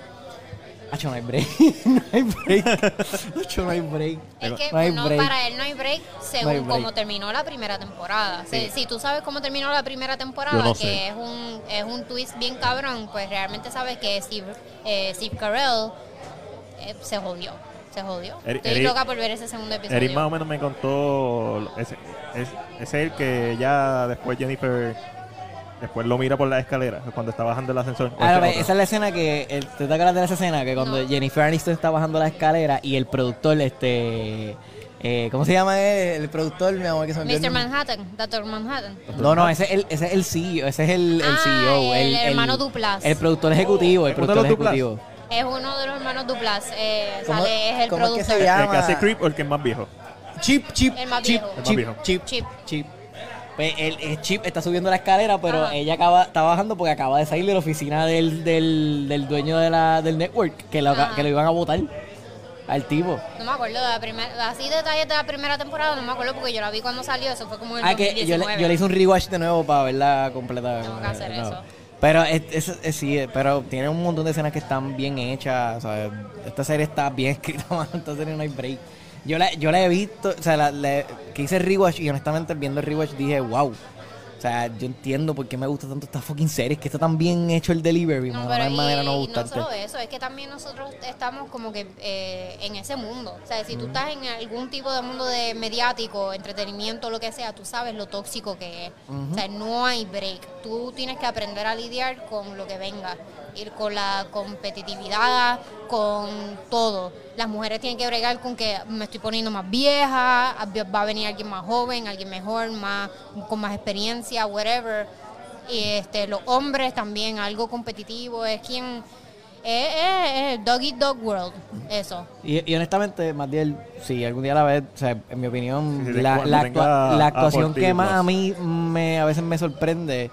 [SPEAKER 2] Hacho, no hay break. no hay break. Hacho, no hay break.
[SPEAKER 3] Es que
[SPEAKER 2] No hay
[SPEAKER 3] no,
[SPEAKER 2] break.
[SPEAKER 3] para él no hay break según
[SPEAKER 2] No hay break.
[SPEAKER 3] cómo terminó la primera temporada. Si, si tú sabes cómo terminó la primera temporada,
[SPEAKER 1] Yo no
[SPEAKER 3] que
[SPEAKER 1] sé.
[SPEAKER 3] es un es un twist bien cabrón, pues realmente sabes que Steve, eh, Steve Carell eh, se jodió. Se jodió.
[SPEAKER 1] Eri-
[SPEAKER 3] Estoy
[SPEAKER 1] Eri-
[SPEAKER 3] loca por ver ese segundo episodio.
[SPEAKER 1] Eric más o menos me contó ese, es, es el que ya después Jennifer después lo mira por la escalera cuando está bajando el ascensor. O
[SPEAKER 2] Ah,
[SPEAKER 1] ese
[SPEAKER 2] no,
[SPEAKER 1] otro.
[SPEAKER 2] esa es la escena que. el- ¿Tú te acuerdas de esa escena? Que cuando
[SPEAKER 3] No.
[SPEAKER 2] Jennifer Aniston está bajando la escalera y el productor, este. eh, ¿Cómo se llama él? el productor? Mi amor, que se me olvidó el
[SPEAKER 3] Mr.
[SPEAKER 2] nombre.
[SPEAKER 3] Manhattan, Dr. Manhattan.
[SPEAKER 2] No, no, ese es el, ese es el CEO. Ese es el, E el
[SPEAKER 3] Ah,
[SPEAKER 2] CEO.
[SPEAKER 3] el hermano Duplass.
[SPEAKER 2] El productor ejecutivo. Oh, El
[SPEAKER 1] ¿es uno de los
[SPEAKER 2] productor ejecutivo.
[SPEAKER 3] Es uno de los hermanos Duplas. Eh,
[SPEAKER 2] ¿Cómo-
[SPEAKER 3] sale, es el
[SPEAKER 2] cómo es que
[SPEAKER 3] productor.
[SPEAKER 2] se llama?
[SPEAKER 1] el que hace creep o el que es más viejo.
[SPEAKER 2] Chip, chip,
[SPEAKER 3] El más
[SPEAKER 2] chip,
[SPEAKER 3] viejo. El
[SPEAKER 1] más
[SPEAKER 2] chip,
[SPEAKER 1] viejo.
[SPEAKER 2] chip, chip,
[SPEAKER 3] Chip.
[SPEAKER 2] Pues el, el chip está subiendo la escalera, pero
[SPEAKER 3] Ajá.
[SPEAKER 2] ella acaba, está bajando porque acaba de salir de la oficina del, del, del dueño de la, del network, que lo,
[SPEAKER 3] Ajá.
[SPEAKER 2] que lo iban a votar al tipo.
[SPEAKER 3] No me acuerdo de la primera, así detalles de la primera temporada, no me acuerdo porque yo la vi cuando salió, eso fue como en el
[SPEAKER 2] Ah, que yo le,
[SPEAKER 3] 2019.
[SPEAKER 2] yo le hice un rewatch de nuevo para verla completa.
[SPEAKER 3] Tengo que hacer
[SPEAKER 2] No.
[SPEAKER 3] eso.
[SPEAKER 2] Pero es, es- es- sí, eh, pero tiene un montón de escenas que están bien hechas. o sea, Esta serie está bien escrita, mano, esta serie no hay break. Yo la, yo la he visto, o sea, la, la- que hice el rewatch y honestamente viendo el rewatch dije, wow. O sea, yo entiendo por qué me gusta tanto esta fucking serie, es que está tan bien hecho el delivery, mano, no
[SPEAKER 3] pero
[SPEAKER 2] hay
[SPEAKER 3] y-
[SPEAKER 2] manera de no
[SPEAKER 3] y
[SPEAKER 2] gustarte.
[SPEAKER 3] solo eso, es que también nosotros estamos como que eh, en ese mundo. O sea, si
[SPEAKER 2] Mm.
[SPEAKER 3] tú estás en algún tipo de mundo de mediático, entretenimiento, lo que sea, tú sabes lo tóxico que es. O sea, no hay break. Tú tienes que aprender a lidiar con lo que venga. Ir con la competitividad, con todo. Las mujeres tienen que bregar con que me estoy poniendo más vieja, va a venir alguien más joven, alguien mejor, más con más experiencia, whatever y este los hombres también algo competitivo es quien es dog eat dog world eso
[SPEAKER 2] Y, y honestamente, Matiel, si algún día la ves, o sea, en mi opinión,
[SPEAKER 1] Sí, sí,
[SPEAKER 2] la,
[SPEAKER 1] cuando
[SPEAKER 2] la
[SPEAKER 1] tenga
[SPEAKER 2] actua- la
[SPEAKER 1] Apple
[SPEAKER 2] actuación
[SPEAKER 1] TV+.
[SPEAKER 2] que más a mí me, a veces me sorprende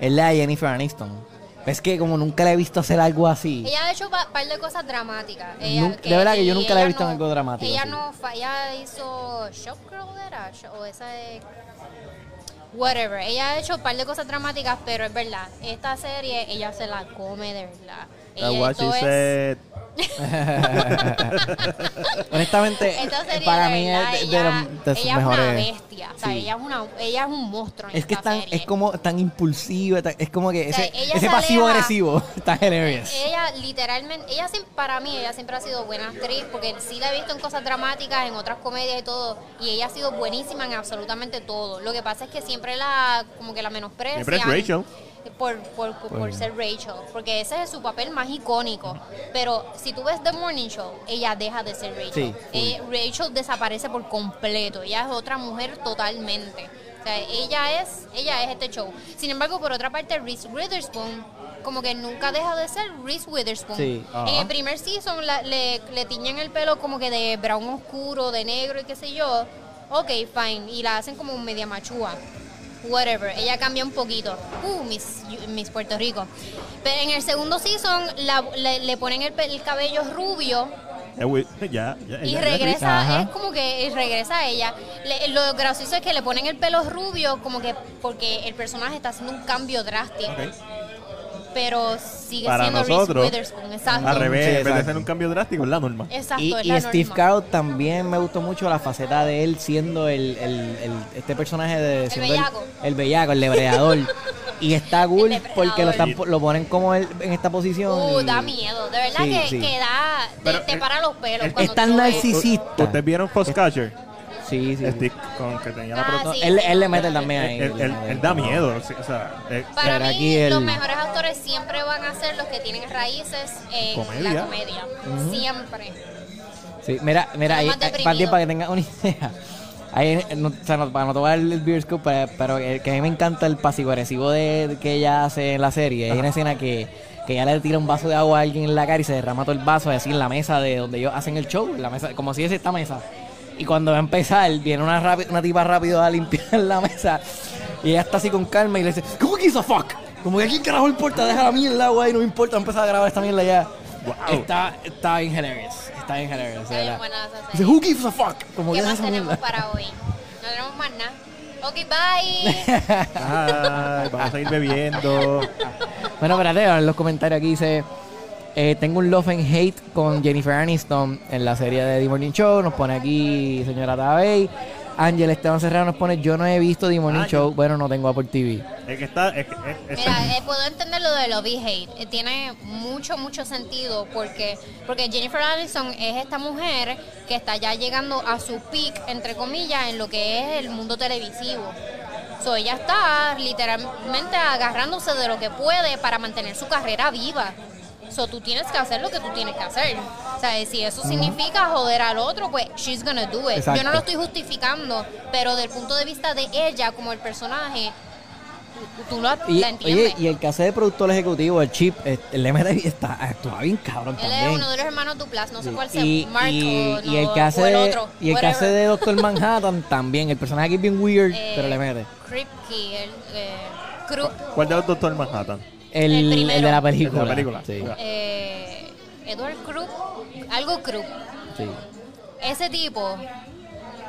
[SPEAKER 2] es la de Jennifer Aniston. Es que como nunca la he visto hacer algo así.
[SPEAKER 3] ella ha hecho un par de cosas dramáticas Ella-
[SPEAKER 2] Nunca- de verdad que yo
[SPEAKER 3] y
[SPEAKER 2] nunca la he
[SPEAKER 3] ella
[SPEAKER 2] visto en algo dramático,
[SPEAKER 3] ella
[SPEAKER 2] sí.
[SPEAKER 3] no fa- ella hizo showgirl era Sh- o esa de whatever ella ha hecho un par de cosas dramáticas pero es verdad esta serie ella se la come de verdad
[SPEAKER 1] That's
[SPEAKER 3] ella,
[SPEAKER 1] what she
[SPEAKER 3] esto es-
[SPEAKER 1] said.
[SPEAKER 2] honestamente,
[SPEAKER 3] esta serie
[SPEAKER 2] Este, eh, para
[SPEAKER 3] de
[SPEAKER 2] mí es
[SPEAKER 3] verdad,
[SPEAKER 2] de, de
[SPEAKER 3] ella,
[SPEAKER 2] los- de sus
[SPEAKER 3] ella es una
[SPEAKER 2] mejores.
[SPEAKER 3] bestia o sea,
[SPEAKER 2] Sí.
[SPEAKER 3] ella es una ella es un monstruo en
[SPEAKER 2] es que es,
[SPEAKER 3] esta
[SPEAKER 2] tan,
[SPEAKER 3] serie.
[SPEAKER 2] es como tan impulsiva, tan- es como que
[SPEAKER 3] O sea,
[SPEAKER 2] ese,
[SPEAKER 3] ella
[SPEAKER 2] ese
[SPEAKER 3] se
[SPEAKER 2] pasivo
[SPEAKER 3] aleja-
[SPEAKER 2] agresivo está hilarious.
[SPEAKER 3] Ella literalmente, ella siem- para mí, ella siempre ha sido buena actriz, porque sí la he visto en cosas dramáticas, en otras comedias y todo, y ella ha sido buenísima en absolutamente todo. Lo que pasa es que siempre la, como que la menosprecian.
[SPEAKER 1] Siempre es Rachel.
[SPEAKER 3] Por, por, por- por ser Rachel, porque ese es su papel más icónico. Pero si tú ves The Morning Show, ella deja de ser Rachel.
[SPEAKER 2] Sí, full.
[SPEAKER 3] Eh, Rachel desaparece por completo, ella es otra mujer totalmente. O sea, ella es, ella es este show. Sin embargo, por otra parte, Reese Witherspoon como que nunca deja de ser Reese Witherspoon.
[SPEAKER 2] Sí,
[SPEAKER 1] ajá.
[SPEAKER 3] En el primer season la- le, le tiñen el pelo como que de brown oscuro, de negro y qué sé yo. Ok, fine. Y la hacen como media machúa. Whatever. Ella cambia un poquito. Uh, Miss, Miss Puerto Rico. Pero en el segundo season la- le, le ponen el, pe- el cabello rubio
[SPEAKER 1] Ya, güey, ya, ya,
[SPEAKER 3] Y
[SPEAKER 1] ya, ya,
[SPEAKER 3] regresa,
[SPEAKER 2] Ajá.
[SPEAKER 3] es como que regresa ella. Le- lo gracioso es que le ponen el pelo rubio, como que porque el personaje está haciendo un cambio drástico,
[SPEAKER 1] Ok.
[SPEAKER 3] pero sigue
[SPEAKER 1] Para
[SPEAKER 3] siendo
[SPEAKER 1] nosotros,
[SPEAKER 3] Reese Witherspoon. Exacto.
[SPEAKER 1] Al revés,
[SPEAKER 2] Sí,
[SPEAKER 1] en vez de
[SPEAKER 2] exacto.
[SPEAKER 1] hacer un cambio drástico, es la norma.
[SPEAKER 3] Exacto,
[SPEAKER 2] Y,
[SPEAKER 3] es
[SPEAKER 2] y
[SPEAKER 3] la
[SPEAKER 2] Steve
[SPEAKER 3] norma.
[SPEAKER 2] Carell también me gustó mucho la faceta de él siendo el, el- el- este personaje de siendo
[SPEAKER 3] bellaco.
[SPEAKER 2] El, bellaco, el depredador. y está cool
[SPEAKER 3] depredador.
[SPEAKER 2] porque lo, están po- lo ponen como él en esta posición.
[SPEAKER 3] Uh,
[SPEAKER 2] y-
[SPEAKER 3] da miedo, de verdad
[SPEAKER 2] Sí,
[SPEAKER 3] que,
[SPEAKER 2] sí.
[SPEAKER 3] que da, te,
[SPEAKER 1] Pero,
[SPEAKER 3] te
[SPEAKER 1] eh,
[SPEAKER 3] para los pelos.
[SPEAKER 1] es-
[SPEAKER 3] cuando
[SPEAKER 2] es tan
[SPEAKER 3] tú ves.
[SPEAKER 2] narcisista. Cita.
[SPEAKER 1] ¿Ustedes vieron Foxcatcher?
[SPEAKER 2] Sí, sí.
[SPEAKER 1] Este con que tenía la
[SPEAKER 3] Ah,
[SPEAKER 1] prota- Eh,
[SPEAKER 2] No,
[SPEAKER 3] sí.
[SPEAKER 2] él, él le mete también ahí.
[SPEAKER 1] él, él- él da miedo. sí, o sea, eh,
[SPEAKER 3] Para
[SPEAKER 2] Pero
[SPEAKER 3] mí,
[SPEAKER 2] aquí el-
[SPEAKER 3] los mejores actores siempre van a ser los que tienen raíces en
[SPEAKER 1] Comedia.
[SPEAKER 3] la comedia. Siempre.
[SPEAKER 2] Sí, mira, mira,
[SPEAKER 3] Está
[SPEAKER 2] ahí,
[SPEAKER 3] más
[SPEAKER 2] ahí, eh,
[SPEAKER 3] deprimido.
[SPEAKER 2] para, ti, para que tengas una idea. Ahí, no, o sea, no, para no tomar el beer scoop, pero, pero el que a mí me encanta el pasivo agresivo de, que ella hace en la serie. Hay una escena que, que ella le tira un vaso de agua a alguien en la cara y se derrama todo el vaso así en la mesa de donde ellos hacen el show, en la mesa, como si es esta mesa. Y cuando va a empezar, viene una, rapi- una tipa rápido a limpiar la mesa y ella está así con calma y le dice, ¿Cómo que hizo fuck? Como que aquí carajo importa, deja la mierda, güey, no me importa, empezar a grabar esta mierda ya.
[SPEAKER 1] Wow.
[SPEAKER 2] Está, está bien hilarious, está bien hilarious.
[SPEAKER 3] Está
[SPEAKER 2] de
[SPEAKER 3] bien
[SPEAKER 2] verdad.
[SPEAKER 3] buena esa
[SPEAKER 2] Dice,
[SPEAKER 3] serie.
[SPEAKER 2] Who gives a fuck? Como que
[SPEAKER 3] ¿Qué
[SPEAKER 2] es
[SPEAKER 3] más
[SPEAKER 2] esa
[SPEAKER 3] tenemos
[SPEAKER 2] mierda.
[SPEAKER 3] para hoy? No tenemos más nada. Ok, bye.
[SPEAKER 1] ay, vamos a ir bebiendo.
[SPEAKER 2] Bueno, espérate, en los comentarios aquí dice... eh, tengo un love and hate con Jennifer Aniston en la serie de The Morning Show. Nos pone aquí señora Tabey. Ángel Esteban Serrano nos pone, yo no he visto The Morning
[SPEAKER 1] Ah, yo-
[SPEAKER 2] Show. Bueno, no tengo Apple TV.
[SPEAKER 1] Es que está. Es que, es- es-
[SPEAKER 3] Mira, eh, puedo entender lo de lobby hate. Eh, tiene mucho, mucho sentido porque, porque Jennifer Aniston es esta mujer que está ya llegando a su peak, entre comillas, en lo que es el mundo televisivo. So, ella está literalmente agarrándose de lo que puede para mantener su carrera viva. So, tú tienes que hacer lo que tú tienes que hacer. O sea, y si eso significa joder al otro, pues she's gonna do it. Yo
[SPEAKER 2] Exacto.
[SPEAKER 3] no lo estoy justificando, pero del punto de vista de ella como el personaje, tú- tú la,
[SPEAKER 2] Y,
[SPEAKER 3] la entiendes.
[SPEAKER 2] oye, y el que hace de productor ejecutivo, el chip, eh, el MTV está, actúa bien cabrón
[SPEAKER 3] Él
[SPEAKER 2] también.
[SPEAKER 3] es uno de los hermanos Duplas, no sé cuál sea,
[SPEAKER 2] y,
[SPEAKER 3] Mark
[SPEAKER 2] y-
[SPEAKER 3] o, no,
[SPEAKER 2] y el que hace
[SPEAKER 3] o el
[SPEAKER 2] de-
[SPEAKER 3] otro.
[SPEAKER 2] y el que hace
[SPEAKER 3] whatever.
[SPEAKER 2] de Doctor Manhattan también. El personaje aquí es bien weird,
[SPEAKER 3] Eh,
[SPEAKER 2] pero le mete.
[SPEAKER 3] Kripke, el, eh, Krupp,
[SPEAKER 1] ¿Cuál de los Doctor Manhattan?
[SPEAKER 2] El,
[SPEAKER 3] el primero.
[SPEAKER 2] el de la película.
[SPEAKER 1] El de la película.
[SPEAKER 2] Sí,
[SPEAKER 1] Ya.
[SPEAKER 3] eh, Edward Krupp, algo Krupp.
[SPEAKER 2] sí.
[SPEAKER 3] Ese tipo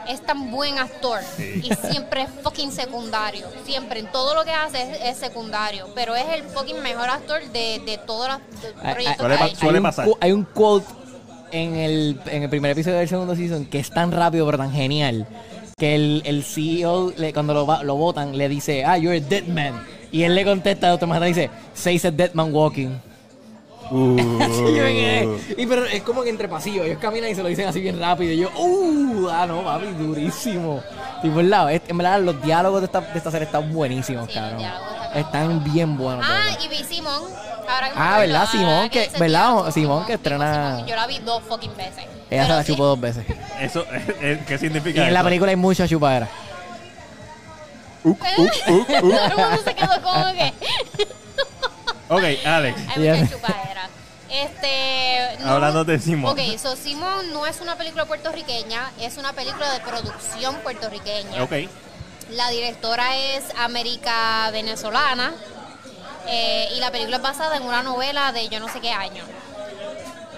[SPEAKER 3] es tan buen actor y siempre es fucking secundario. Siempre, en todo lo que hace es, es secundario, pero es el fucking mejor actor de, de todos los de-
[SPEAKER 2] Ay, ay,
[SPEAKER 3] proyectos
[SPEAKER 1] ¿Cuál es
[SPEAKER 3] que ha
[SPEAKER 1] pa-
[SPEAKER 3] hecho.
[SPEAKER 1] Suele
[SPEAKER 2] hay, un,
[SPEAKER 1] pasar.
[SPEAKER 2] cu- hay un quote en el, en el primer episodio del segundo season que es tan rápido pero tan genial que el, el CEO, le- cuando lo, va- lo votan, le dice, ah, you're a dead man. Y él le contesta automáticamente, dice, says a dead man walking. Y yo me quedé.
[SPEAKER 1] Uh,
[SPEAKER 2] Y pero es como que entre pasillos, ellos caminan y se lo dicen así bien rápido. Y yo, ¡uh! Ah, no, papi, durísimo. Tipo, el lado, en verdad, los diálogos de esta, de esta serie están buenísimos,
[SPEAKER 3] Sí, los
[SPEAKER 2] cabrón.
[SPEAKER 3] diálogos también.
[SPEAKER 2] Están bien buenos. de
[SPEAKER 3] Ah,
[SPEAKER 2] verdad.
[SPEAKER 3] y vi Simón. ahora que me
[SPEAKER 2] Ah,
[SPEAKER 3] acuerdo,
[SPEAKER 2] ¿verdad?
[SPEAKER 3] ahora
[SPEAKER 2] Simón, que-
[SPEAKER 3] dice
[SPEAKER 2] ¿verdad?
[SPEAKER 3] Simón,
[SPEAKER 2] Simón, que
[SPEAKER 3] digo,
[SPEAKER 2] estrena-
[SPEAKER 3] Simón, Yo la vi dos fucking veces.
[SPEAKER 2] Ella se
[SPEAKER 3] Pero
[SPEAKER 2] la
[SPEAKER 3] sí,
[SPEAKER 2] chupó dos veces.
[SPEAKER 1] eso, eh, ¿qué
[SPEAKER 2] Y
[SPEAKER 1] significa
[SPEAKER 2] en la
[SPEAKER 1] eso?
[SPEAKER 2] película hay mucha chupadera. Uh,
[SPEAKER 3] Todo el mundo se quedó como que.
[SPEAKER 1] Ok, Alex.
[SPEAKER 3] Hay
[SPEAKER 2] Ya.
[SPEAKER 3] mucha chupadera. Este. no-
[SPEAKER 1] Hablando de Simón.
[SPEAKER 3] Ok, so Simón no es una película puertorriqueña, es una película de producción puertorriqueña.
[SPEAKER 1] Ok.
[SPEAKER 3] La directora es América Venezolana eh, y la película es basada en una novela de yo no sé qué año.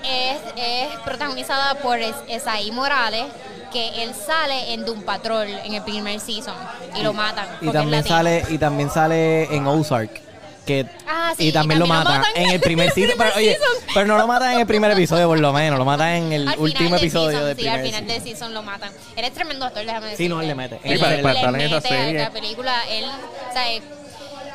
[SPEAKER 3] Es, es protagonizada por Es- Esaí Morales, que él sale en Doom Patrol en el primer season y lo matan. porque
[SPEAKER 2] Y
[SPEAKER 3] es
[SPEAKER 2] también
[SPEAKER 3] latino.
[SPEAKER 2] sale, y también sale en Ozark. Que,
[SPEAKER 3] Ah, sí,
[SPEAKER 2] y también lo matan, en el primer
[SPEAKER 3] en el
[SPEAKER 2] season. Pero,
[SPEAKER 3] primer
[SPEAKER 2] oye,
[SPEAKER 3] season.
[SPEAKER 2] pero no lo matan en el primer episodio, por lo menos. Lo matan en el
[SPEAKER 3] Al final
[SPEAKER 2] último
[SPEAKER 3] del
[SPEAKER 2] episodio
[SPEAKER 3] season,
[SPEAKER 2] del
[SPEAKER 3] Sí,
[SPEAKER 2] primer
[SPEAKER 3] al final
[SPEAKER 2] season.
[SPEAKER 3] del season lo matan. Él es tremendo actor, déjame decir.
[SPEAKER 2] Sí, no, él le mete.
[SPEAKER 1] Sí, para- para estar en esa serie.
[SPEAKER 3] La película, él, o sea, él-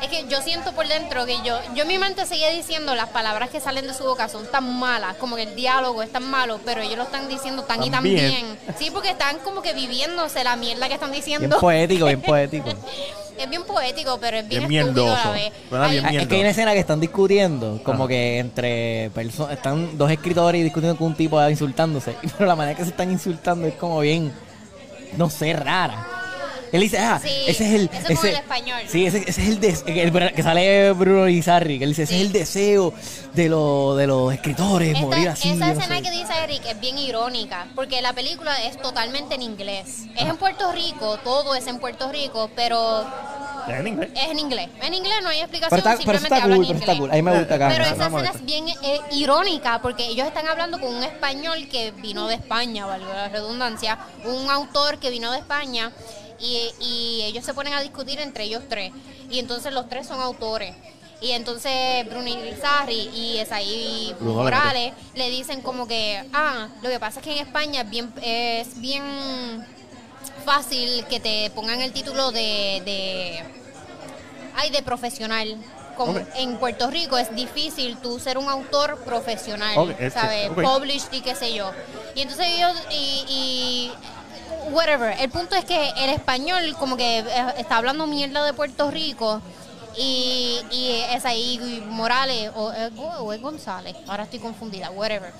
[SPEAKER 3] es que yo siento por dentro que yo, yo en mi mente seguía diciendo las palabras que salen de su boca son tan malas, como que el diálogo es tan malo, pero ellos lo están diciendo tan y tan
[SPEAKER 1] También.
[SPEAKER 3] bien. Sí, porque están como que viviéndose la mierda que están
[SPEAKER 2] Bien pues.
[SPEAKER 3] diciendo.
[SPEAKER 2] poético, bien poético.
[SPEAKER 3] Es bien poético, pero es bien,
[SPEAKER 1] Bien
[SPEAKER 3] estúpido a la
[SPEAKER 1] mierdoso.
[SPEAKER 3] vez.
[SPEAKER 1] Suena
[SPEAKER 3] Hay-
[SPEAKER 1] bien
[SPEAKER 2] Ah, Es que hay una escena que están discutiendo, como
[SPEAKER 1] Ajá.
[SPEAKER 2] que entre personas, están dos escritores discutiendo con un tipo ah, insultándose, pero la manera que se están insultando es como bien, no sé, rara. Él dice, ah,
[SPEAKER 3] Sí,
[SPEAKER 2] ese es el...
[SPEAKER 3] eso como el español.
[SPEAKER 2] Sí, ese, ese es el, des- el- que sale Bruno Izarri, que él dice, ese es el deseo de, lo- de los escritores,
[SPEAKER 3] Esta-
[SPEAKER 2] morir así.
[SPEAKER 3] esa
[SPEAKER 2] yo no
[SPEAKER 3] escena
[SPEAKER 2] sé".
[SPEAKER 3] que dice Eric es bien irónica, porque la película es totalmente en inglés. Es en Puerto Rico, todo es en Puerto Rico, pero
[SPEAKER 1] Es en inglés.
[SPEAKER 3] Es en inglés. En inglés no hay
[SPEAKER 2] Pero
[SPEAKER 3] explicación,
[SPEAKER 2] está, pero eso
[SPEAKER 3] simplemente
[SPEAKER 2] está
[SPEAKER 3] hablan
[SPEAKER 2] cool, pero eso
[SPEAKER 3] inglés.
[SPEAKER 2] está cool. A mí me gusta acá.
[SPEAKER 3] Pero
[SPEAKER 2] no sé,
[SPEAKER 3] esa
[SPEAKER 2] no me
[SPEAKER 3] escena es bien eh, irónica porque ellos están hablando con un español que vino de España, valga la redundancia, un autor que vino de España y, y ellos se ponen a discutir entre ellos tres. Y entonces los tres son autores. Y entonces Bruni Lizarri y Esaí
[SPEAKER 1] Bruno
[SPEAKER 3] Morales le dicen como que, ah, lo que pasa es que en España es bien, es bien fácil que te pongan el título de, de Ay, de profesional. Como
[SPEAKER 1] Ok.
[SPEAKER 3] En Puerto Rico es difícil tú ser un autor profesional,
[SPEAKER 1] Ok, es-
[SPEAKER 3] ¿sabes?
[SPEAKER 1] ok.
[SPEAKER 3] Published y qué sé yo. Y entonces ellos, y, y whatever. El punto es que el español como que eh, está hablando mierda de Puerto Rico y, y es ahí Morales o, es Go- o es González, ahora estoy confundida, whatever.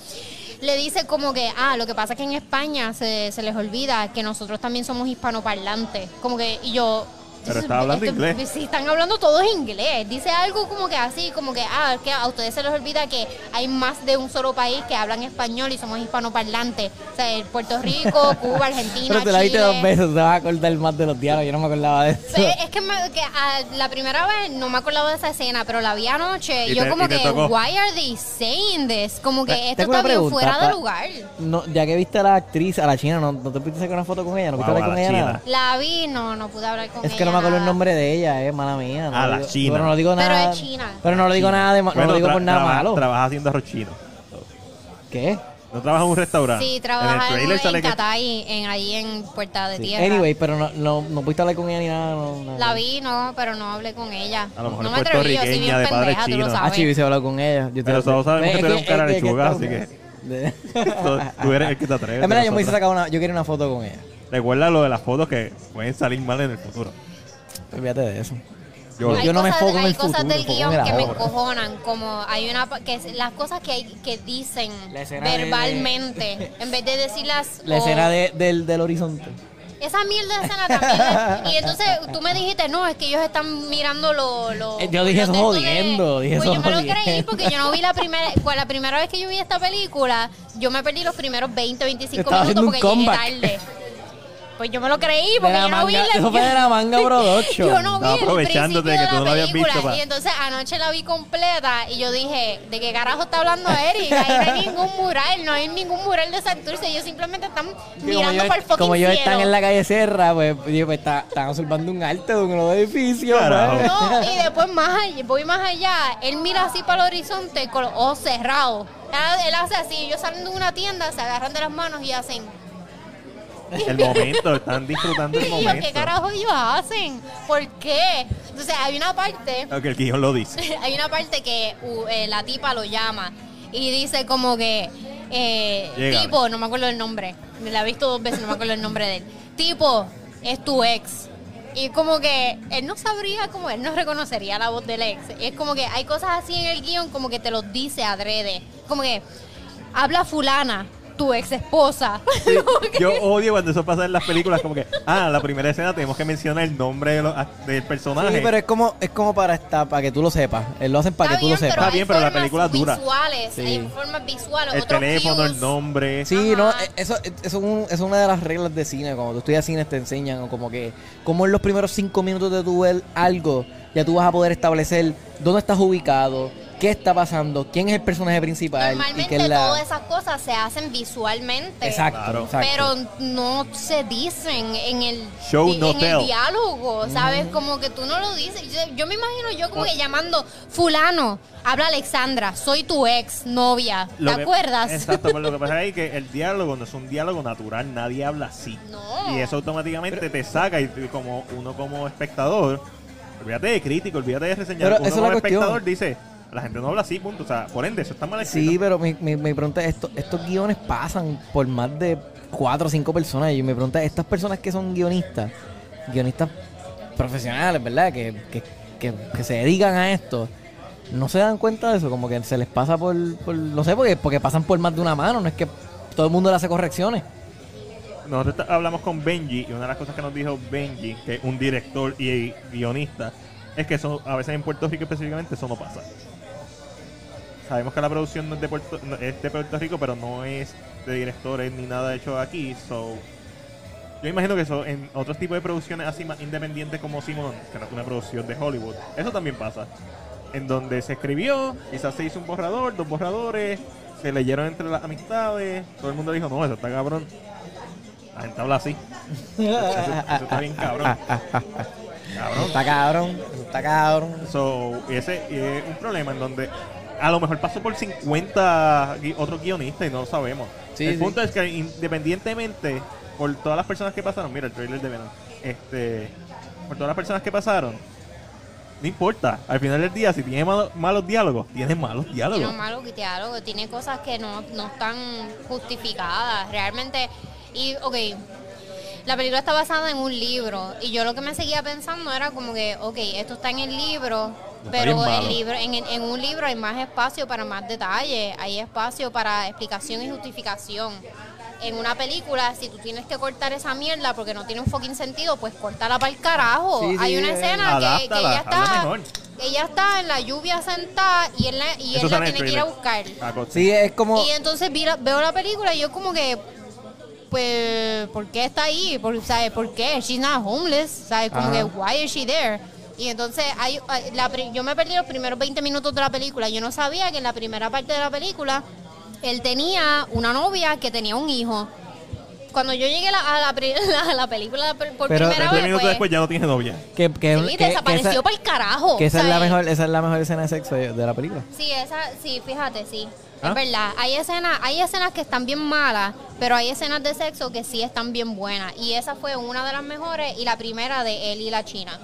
[SPEAKER 3] Le dice como que, ah, lo que pasa es que en España se, se les olvida que nosotros también somos hispanoparlantes. Como que, y yo...
[SPEAKER 1] Pero está hablando
[SPEAKER 3] esto-
[SPEAKER 1] inglés.
[SPEAKER 3] si están hablando todos inglés. Dice algo como que así, como que, ah, que a ustedes se les olvida que hay más de un solo país que hablan español y somos hispanoparlantes. O sea, el Puerto Rico, Cuba, Argentina,
[SPEAKER 2] Pero te la viste
[SPEAKER 3] Chile.
[SPEAKER 2] dos veces, te vas a acordar más de los diálogos. Yo no me acordaba de eso.
[SPEAKER 3] Sí, es que, me- que, ah, la primera vez no me acordaba de esa escena, pero la vi anoche
[SPEAKER 1] Y
[SPEAKER 3] y yo
[SPEAKER 1] te- y
[SPEAKER 3] como
[SPEAKER 1] te
[SPEAKER 3] que,
[SPEAKER 1] tocó.
[SPEAKER 3] why are they saying this? Como
[SPEAKER 2] Te-
[SPEAKER 3] que esto
[SPEAKER 2] tengo una
[SPEAKER 3] está bien
[SPEAKER 2] pregunta,
[SPEAKER 3] fuera
[SPEAKER 2] pa-
[SPEAKER 3] de lugar.
[SPEAKER 2] No, ya que viste a la actriz, a la china, ¿no, no te pudiste sacar una foto con ella? ¿No pudiste
[SPEAKER 1] Wow,
[SPEAKER 2] hablar
[SPEAKER 1] a
[SPEAKER 2] con
[SPEAKER 1] la
[SPEAKER 2] ella
[SPEAKER 1] china.
[SPEAKER 2] nada?
[SPEAKER 3] La vi, no, no pude hablar con
[SPEAKER 2] Es que no
[SPEAKER 3] ella
[SPEAKER 2] me acuerdo el
[SPEAKER 3] nada.
[SPEAKER 2] nombre de ella, eh, mala mía. No
[SPEAKER 1] A Ah, la
[SPEAKER 2] digo-
[SPEAKER 1] china.
[SPEAKER 2] Pero no digo
[SPEAKER 3] Pero
[SPEAKER 2] nada.
[SPEAKER 3] es china.
[SPEAKER 2] Pero no le digo nada de ma- no
[SPEAKER 1] Bueno,
[SPEAKER 2] lo digo
[SPEAKER 1] tra-
[SPEAKER 2] por nada
[SPEAKER 1] traba-
[SPEAKER 2] malo.
[SPEAKER 1] Trabaja haciendo arroz chino.
[SPEAKER 2] ¿Qué?
[SPEAKER 1] No trabaja en un restaurante.
[SPEAKER 3] Sí, trabaja en,
[SPEAKER 1] trailer
[SPEAKER 3] en
[SPEAKER 1] sale que-
[SPEAKER 3] Catay, en, ahí en Puerta de
[SPEAKER 2] Sí.
[SPEAKER 3] Tierra.
[SPEAKER 2] Anyway, pero no, no, no pudiste hablar con ella ni nada. No, no.
[SPEAKER 3] La vi, no, pero no hablé con ella.
[SPEAKER 1] A lo mejor
[SPEAKER 3] no
[SPEAKER 1] es
[SPEAKER 3] me atreví, yo soy
[SPEAKER 1] puertorriqueña,
[SPEAKER 3] bien
[SPEAKER 1] de padres
[SPEAKER 3] pendeja, tú lo
[SPEAKER 1] chinos.
[SPEAKER 2] Ah,
[SPEAKER 3] sabes.
[SPEAKER 2] sí, hubiese hablado con ella. Yo te-
[SPEAKER 1] Pero todos sabemos
[SPEAKER 2] Es
[SPEAKER 1] que tú eres un cara de
[SPEAKER 2] es
[SPEAKER 1] chuga,
[SPEAKER 2] estamos-
[SPEAKER 1] así que-
[SPEAKER 2] de-
[SPEAKER 1] Tú eres el que te atreves.
[SPEAKER 2] En verdad, yo me hice
[SPEAKER 1] nosotros.
[SPEAKER 2] sacar una. Yo quería una foto con ella.
[SPEAKER 1] Recuerda lo de las fotos que pueden salir mal en el futuro.
[SPEAKER 2] Olvídate de eso.
[SPEAKER 1] Yo,
[SPEAKER 2] Ay.
[SPEAKER 3] Hay
[SPEAKER 2] no me
[SPEAKER 3] cosas-
[SPEAKER 2] enfoco en
[SPEAKER 3] hay
[SPEAKER 2] el
[SPEAKER 3] cosas
[SPEAKER 2] futuro,
[SPEAKER 3] del
[SPEAKER 2] me enfoco
[SPEAKER 3] guión
[SPEAKER 2] en
[SPEAKER 3] que
[SPEAKER 2] la
[SPEAKER 3] me
[SPEAKER 2] obra.
[SPEAKER 3] encojonan, como hay una pa- que es- las cosas que hay, que dicen
[SPEAKER 2] La escena de-
[SPEAKER 3] verbalmente, en vez de decirlas
[SPEAKER 2] La
[SPEAKER 3] o-
[SPEAKER 2] escena de- del, del horizonte.
[SPEAKER 3] Esa mierda de escena también. Y entonces tú me dijiste, no, es que ellos están mirando los. Lo,
[SPEAKER 2] Eh, yo dije
[SPEAKER 3] los
[SPEAKER 2] eso
[SPEAKER 3] textos de-
[SPEAKER 2] jodiendo, dije
[SPEAKER 3] pues
[SPEAKER 2] eso
[SPEAKER 3] yo me lo
[SPEAKER 2] jodiendo.
[SPEAKER 3] creí porque yo no vi la primera. cua- la primera vez que yo vi esta película, yo me perdí los primeros 20, 25
[SPEAKER 2] Estaba haciendo
[SPEAKER 3] minutos
[SPEAKER 2] un
[SPEAKER 3] porque llegué
[SPEAKER 2] comeback.
[SPEAKER 3] tarde. Pues yo me lo creí
[SPEAKER 2] De
[SPEAKER 3] porque
[SPEAKER 2] la
[SPEAKER 3] yo no vi
[SPEAKER 2] manga,
[SPEAKER 3] la.
[SPEAKER 2] eso fue de la manga, Production.
[SPEAKER 3] Yo no vi
[SPEAKER 1] Estaba
[SPEAKER 3] el
[SPEAKER 1] aprovechándote de
[SPEAKER 3] principio
[SPEAKER 1] que
[SPEAKER 3] de
[SPEAKER 1] tú
[SPEAKER 3] la
[SPEAKER 1] no lo habías
[SPEAKER 3] película.
[SPEAKER 1] visto, pa.
[SPEAKER 3] Y entonces anoche la vi completa y yo dije, ¿de qué carajo está hablando Eric? Ahí no hay ningún mural, no hay ningún mural de Santurce. Ellos simplemente están mirando
[SPEAKER 2] ellos-
[SPEAKER 3] para el fucking
[SPEAKER 2] como ellos están
[SPEAKER 3] cielo.
[SPEAKER 2] en la calle Serra, pues, digo, pues, está- están observando un arte de un nuevo edificio.
[SPEAKER 1] Carajo.
[SPEAKER 2] pues.
[SPEAKER 3] No, y después más allá, voy más allá. Él mira así para el horizonte con los ojos cerrados. Él- Él hace así, ellos salen de una tienda, se agarran de las manos y hacen.
[SPEAKER 1] el momento, están disfrutando el
[SPEAKER 3] Y yo,
[SPEAKER 1] momento.
[SPEAKER 3] ¿qué carajo ellos hacen? ¿Por qué? Entonces hay una parte,
[SPEAKER 1] Aunque el guión lo dice.
[SPEAKER 3] hay una parte que uh, eh, la tipa lo llama y dice como que eh,
[SPEAKER 1] Llégale.
[SPEAKER 3] tipo, no me acuerdo el nombre, me la he visto dos veces, no me acuerdo el nombre de él. Tipo, es tu ex. Y como que él no sabría, como él no reconocería la voz del ex. Es como que hay cosas así en el guión como que te lo dice adrede. Como que habla fulana, tu ex esposa.
[SPEAKER 1] Yo odio cuando eso pasa en las películas, como que, ah, la primera escena tenemos que mencionar el nombre de los- del personaje.
[SPEAKER 2] Sí, pero es como, es como para esta, para que tú lo sepas. Eh, Lo hacen para que tú lo
[SPEAKER 1] Está
[SPEAKER 2] sepas.
[SPEAKER 1] bien, pero la
[SPEAKER 3] formas
[SPEAKER 1] película dura.
[SPEAKER 3] Visuales,
[SPEAKER 2] Sí.
[SPEAKER 3] Hay formas visuales,
[SPEAKER 1] el
[SPEAKER 3] otros
[SPEAKER 1] teléfono,
[SPEAKER 3] cues.
[SPEAKER 1] el nombre.
[SPEAKER 2] Sí,
[SPEAKER 3] Ajá.
[SPEAKER 2] no, eh, eso, eso es, un- es una de las reglas de cine. Cuando tú estudias cine te enseñan como que, como en los primeros cinco minutos de tu ver algo, ya tú vas a poder establecer dónde estás ubicado, qué está pasando, quién es el personaje principal y qué
[SPEAKER 3] Normalmente
[SPEAKER 2] es la...
[SPEAKER 3] todas esas cosas se hacen visualmente.
[SPEAKER 2] Exacto,
[SPEAKER 1] Claro.
[SPEAKER 2] exacto.
[SPEAKER 3] Pero no se dicen en el,
[SPEAKER 1] Show,
[SPEAKER 3] di-
[SPEAKER 1] no
[SPEAKER 3] en
[SPEAKER 1] tell.
[SPEAKER 3] el diálogo,
[SPEAKER 2] Mm.
[SPEAKER 3] ¿sabes? Como que tú no lo dices. Yo, yo me imagino yo como que llamando, fulano, habla Alexandra, soy tu ex novia, ¿te
[SPEAKER 1] Lo que-
[SPEAKER 3] acuerdas?
[SPEAKER 1] Exacto, pero lo que pasa es que el diálogo no es un diálogo natural, nadie habla así.
[SPEAKER 3] No.
[SPEAKER 1] Y eso automáticamente te saca y tú como uno como espectador, olvídate de crítico, olvídate de reseñar,
[SPEAKER 2] Pero
[SPEAKER 1] uno
[SPEAKER 2] esa es la
[SPEAKER 1] como espectador
[SPEAKER 2] cuestión.
[SPEAKER 1] dice, la gente no habla así, punto, o sea, por ende eso está mal escrito.
[SPEAKER 2] Sí, pero mi, mi, mi pregunta es esto, estos guiones pasan por más de cuatro o cinco personas. Y mi pregunta es, estas personas que son guionistas, guionistas profesionales, ¿verdad? Que, que, que, que se dedican a esto, no se dan cuenta de eso, como que se les pasa por, por- no sé, porque, porque pasan por más de una mano, no es que todo el mundo le hace correcciones.
[SPEAKER 1] Nosotros ta- hablamos con Benji y una de las cosas que nos dijo Benji, que es un director y guionista, es que eso a veces en Puerto Rico específicamente eso no pasa. Sabemos que la producción no es de Puerto, no- es de Puerto Rico, pero no es de directores ni nada hecho aquí, so Yo imagino que eso en otros tipos de producciones así más independientes como Simon, que no es una producción de Hollywood, eso también pasa. En donde se escribió, quizás se hizo un borrador, dos borradores, se leyeron entre las amistades, todo el mundo dijo, no, eso está cabrón. La gente habla así. Eso, eso está bien cabrón.
[SPEAKER 2] Eso
[SPEAKER 1] Cabrón.
[SPEAKER 2] Está cabrón, eso está cabrón.
[SPEAKER 1] So, ese es un problema en donde a lo mejor pasó por 50 gui- otros guionistas y no lo sabemos.
[SPEAKER 2] Sí,
[SPEAKER 1] el
[SPEAKER 2] sí.
[SPEAKER 1] punto es que independientemente por todas las personas que pasaron, mira el trailer de Venom, este, por todas las personas que pasaron, no importa, al final del día si tiene malo- malos diálogos, tiene malos
[SPEAKER 3] Tiene
[SPEAKER 1] diálogos.
[SPEAKER 3] un malo diálogo, tiene cosas que no, no están justificadas. Realmente, y ok, la película está basada en un libro. Y yo lo que me seguía pensando era como que, ok, esto está en el libro,
[SPEAKER 1] Está bien
[SPEAKER 3] pero
[SPEAKER 1] malo.
[SPEAKER 3] el libro, en, en un libro hay más espacio para más detalle, hay espacio para explicación y justificación. En una película, si tú tienes que cortar esa mierda porque no tiene un fucking sentido, pues córtala para el carajo.
[SPEAKER 2] Sí, sí,
[SPEAKER 3] hay una
[SPEAKER 2] eh,
[SPEAKER 3] escena que, que
[SPEAKER 1] adáptala,
[SPEAKER 3] ella
[SPEAKER 1] hazla
[SPEAKER 3] está
[SPEAKER 1] mejor.
[SPEAKER 3] ella está en la lluvia sentada y él la, y él la
[SPEAKER 1] sale en
[SPEAKER 3] tiene
[SPEAKER 1] el
[SPEAKER 3] que ir a
[SPEAKER 1] trailer.
[SPEAKER 3] buscar.
[SPEAKER 1] Ah, co-
[SPEAKER 2] Sí, es como.
[SPEAKER 3] Y entonces vi la- veo la película y yo como que, pues, ¿por qué está ahí? ¿Por, ¿Sabes por qué? She's not homeless. ¿Sabes? Como
[SPEAKER 2] Ajá.
[SPEAKER 3] que, why is she there? Y entonces hay, hay- la pri- yo me perdí los primeros 20 minutos de la película. Yo no sabía que en la primera parte de la película él tenía una novia que tenía un hijo. Cuando yo llegué la- a, la, pri- a la película por, por
[SPEAKER 2] Pero-
[SPEAKER 3] primera
[SPEAKER 1] Tres
[SPEAKER 3] vez,
[SPEAKER 1] minutos
[SPEAKER 3] pues,
[SPEAKER 1] después ya no tiene novia.
[SPEAKER 2] Que, que,
[SPEAKER 3] sí,
[SPEAKER 2] que- que
[SPEAKER 3] desapareció
[SPEAKER 2] esa,
[SPEAKER 3] para el carajo.
[SPEAKER 2] que esa es la
[SPEAKER 3] ¿sabes?
[SPEAKER 2] mejor, esa es la mejor escena de sexo de, de la película.
[SPEAKER 3] Sí, esa, sí, fíjate, sí.
[SPEAKER 1] ¿Ah?
[SPEAKER 3] Es verdad. Hay escenas, hay escenas que están bien malas, pero hay escenas de sexo que sí están bien buenas. Y esa fue una de las mejores y la primera de él y la China.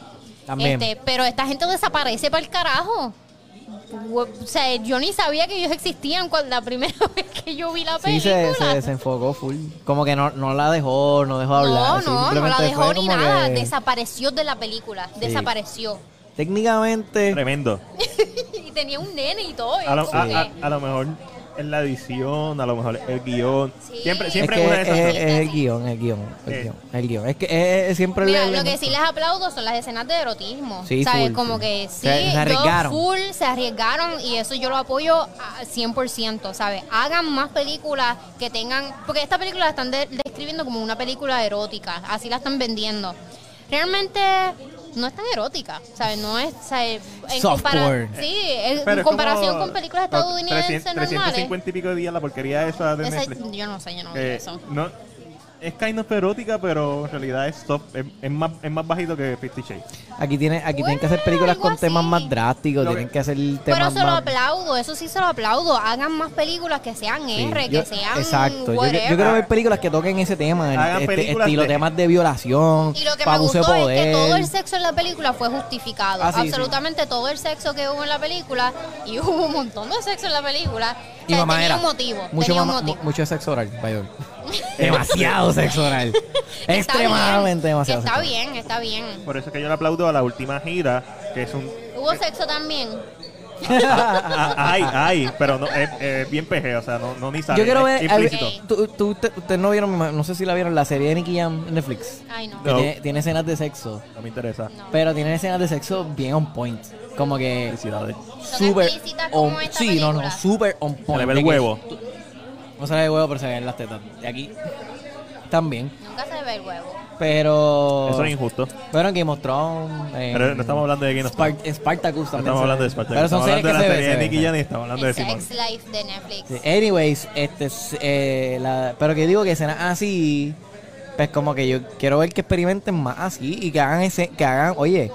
[SPEAKER 2] También.
[SPEAKER 3] Este, pero esta gente desaparece para el carajo. O sea, yo ni sabía que ellos existían cuando la primera vez que yo vi la
[SPEAKER 2] Sí,
[SPEAKER 3] película.
[SPEAKER 2] se, se desenfocó full. Como que no, no la dejó, no dejó hablar.
[SPEAKER 3] no,
[SPEAKER 2] sí,
[SPEAKER 3] no, no la
[SPEAKER 2] simplemente
[SPEAKER 3] dejó
[SPEAKER 2] fue
[SPEAKER 3] ni
[SPEAKER 2] como
[SPEAKER 3] nada.
[SPEAKER 2] que-
[SPEAKER 3] Desapareció de la película. Desapareció.
[SPEAKER 2] técnicamente,
[SPEAKER 1] Tremendo.
[SPEAKER 3] y tenía un nene y todo. y
[SPEAKER 1] A lo,
[SPEAKER 3] como
[SPEAKER 1] a-
[SPEAKER 3] que-
[SPEAKER 1] a- a lo mejor es la edición, a lo mejor es el guión.
[SPEAKER 3] Sí.
[SPEAKER 1] Siempre,
[SPEAKER 2] es,
[SPEAKER 1] siempre
[SPEAKER 2] que
[SPEAKER 1] es una de
[SPEAKER 2] es,
[SPEAKER 1] esas. dos.
[SPEAKER 2] es el guión, el guión, el
[SPEAKER 1] Sí.
[SPEAKER 2] guión, el guión. Es que es, es siempre
[SPEAKER 3] Mira,
[SPEAKER 2] el-
[SPEAKER 3] lo que sí les aplaudo son las escenas de erotismo.
[SPEAKER 2] Sí,
[SPEAKER 3] ¿Sabes?
[SPEAKER 2] full,
[SPEAKER 3] como
[SPEAKER 2] full.
[SPEAKER 3] que sí,
[SPEAKER 2] Se- se
[SPEAKER 3] yo
[SPEAKER 2] arriesgaron.
[SPEAKER 3] full se arriesgaron y eso yo lo apoyo a 100%, ¿sabes? Hagan más películas que tengan. Porque esta película la están de- describiendo como una película erótica, así la están vendiendo. Realmente no es tan erótica, ¿sabes? No es. ¿sabes? En
[SPEAKER 2] Soft
[SPEAKER 3] compara-
[SPEAKER 2] porn.
[SPEAKER 3] Sí, en
[SPEAKER 1] Pero es
[SPEAKER 3] comparación
[SPEAKER 1] como-
[SPEAKER 3] con películas
[SPEAKER 1] no,
[SPEAKER 3] estadounidenses
[SPEAKER 1] 300,
[SPEAKER 3] normales.
[SPEAKER 1] 350 y pico de días la porquería esa de
[SPEAKER 3] Esa-
[SPEAKER 1] Netflix.
[SPEAKER 3] yo no sé, yo no veo
[SPEAKER 1] Eh,
[SPEAKER 3] eso.
[SPEAKER 1] no, es kind of erótica, pero en realidad es soft, es, es más, es más bajito que Fifty Shades.
[SPEAKER 2] Aquí, tiene, aquí tienen que hacer
[SPEAKER 3] Bueno,
[SPEAKER 2] películas con
[SPEAKER 3] algo
[SPEAKER 2] temas
[SPEAKER 3] así.
[SPEAKER 2] más drásticos,
[SPEAKER 1] Lo que-
[SPEAKER 2] tienen que hacer temas
[SPEAKER 3] Pero se lo
[SPEAKER 2] más...
[SPEAKER 3] aplaudo, eso sí se lo aplaudo. Hagan más películas que sean
[SPEAKER 2] Sí,
[SPEAKER 3] R,
[SPEAKER 2] yo-
[SPEAKER 3] que sean.
[SPEAKER 2] exacto. Yo, yo
[SPEAKER 3] whatever.
[SPEAKER 2] quiero ver películas que toquen ese tema, el-
[SPEAKER 1] Hagan
[SPEAKER 2] este-
[SPEAKER 1] películas
[SPEAKER 2] estilo
[SPEAKER 1] de-
[SPEAKER 2] temas de violación,
[SPEAKER 3] y lo que me
[SPEAKER 2] abuso
[SPEAKER 3] gustó
[SPEAKER 2] de poder.
[SPEAKER 3] es que todo el sexo en la película fue justificado.
[SPEAKER 2] Ah, sí,
[SPEAKER 3] Absolutamente todo el sexo que hubo en la película, y hubo un montón de sexo en la película,
[SPEAKER 2] y
[SPEAKER 3] o sea,
[SPEAKER 2] mamadera.
[SPEAKER 3] tenía un motivo.
[SPEAKER 2] Mucho,
[SPEAKER 3] tenía un
[SPEAKER 2] mama- mu-
[SPEAKER 3] motivo.
[SPEAKER 2] mucho sexo oral, Bayol. demasiado sexo oral.
[SPEAKER 3] Está bien,
[SPEAKER 2] Extremadamente demasiado.
[SPEAKER 3] Está
[SPEAKER 2] sexo oral.
[SPEAKER 3] bien, está bien.
[SPEAKER 1] Por eso es que yo le aplaudo a la última gira, que es un...
[SPEAKER 3] Hubo sexo también.
[SPEAKER 1] ah, ay, ay, pero no, es, es bien peje, o sea, no, no ni sabe.
[SPEAKER 2] Yo quiero
[SPEAKER 1] es
[SPEAKER 2] ver.
[SPEAKER 1] Implícito.
[SPEAKER 2] eh, tú- tú- usted- Ustedes no vieron, me imagino- no sé si la vieron, la serie de Nicky Jam en Netflix.
[SPEAKER 3] Ay, no.
[SPEAKER 2] Que
[SPEAKER 1] No.
[SPEAKER 2] tiene, tiene escenas de sexo.
[SPEAKER 1] No me interesa.
[SPEAKER 3] No.
[SPEAKER 2] Pero tiene escenas de sexo bien on point. Como que.
[SPEAKER 1] Felicidades.
[SPEAKER 2] Súper.
[SPEAKER 3] explícitas
[SPEAKER 2] on-
[SPEAKER 3] como esta
[SPEAKER 2] Sí, no, no,
[SPEAKER 3] película.
[SPEAKER 2] súper on point.
[SPEAKER 1] Se le ve el
[SPEAKER 2] De que
[SPEAKER 1] huevo.
[SPEAKER 2] tú- No se le ve el huevo, pero se le ven las tetas. De aquí. También.
[SPEAKER 3] Nunca se ve el huevo.
[SPEAKER 2] Pero.
[SPEAKER 1] Eso es injusto.
[SPEAKER 2] Pero en Game of Thrones. en
[SPEAKER 1] Pero no estamos hablando de Game of
[SPEAKER 2] Spart-
[SPEAKER 1] Thrones.
[SPEAKER 2] Spartacus
[SPEAKER 1] No
[SPEAKER 2] también.
[SPEAKER 1] estamos
[SPEAKER 2] se
[SPEAKER 1] hablando
[SPEAKER 2] ve.
[SPEAKER 1] de Spartacus.
[SPEAKER 2] Pero son
[SPEAKER 1] estamos
[SPEAKER 2] series
[SPEAKER 1] hablando de
[SPEAKER 2] que
[SPEAKER 1] la
[SPEAKER 2] se ven,
[SPEAKER 1] serie
[SPEAKER 2] se
[SPEAKER 1] de
[SPEAKER 2] ven,
[SPEAKER 1] Nicky
[SPEAKER 2] se
[SPEAKER 1] Jan y
[SPEAKER 2] ven.
[SPEAKER 1] estamos hablando de
[SPEAKER 3] El
[SPEAKER 1] Simón.
[SPEAKER 3] sex life de Netflix.
[SPEAKER 2] Sí, Anyways, este. s- eh, la- pero que digo que escenas así. Pues como que yo quiero ver que experimenten más así y que hagan ese. Que hagan, oye.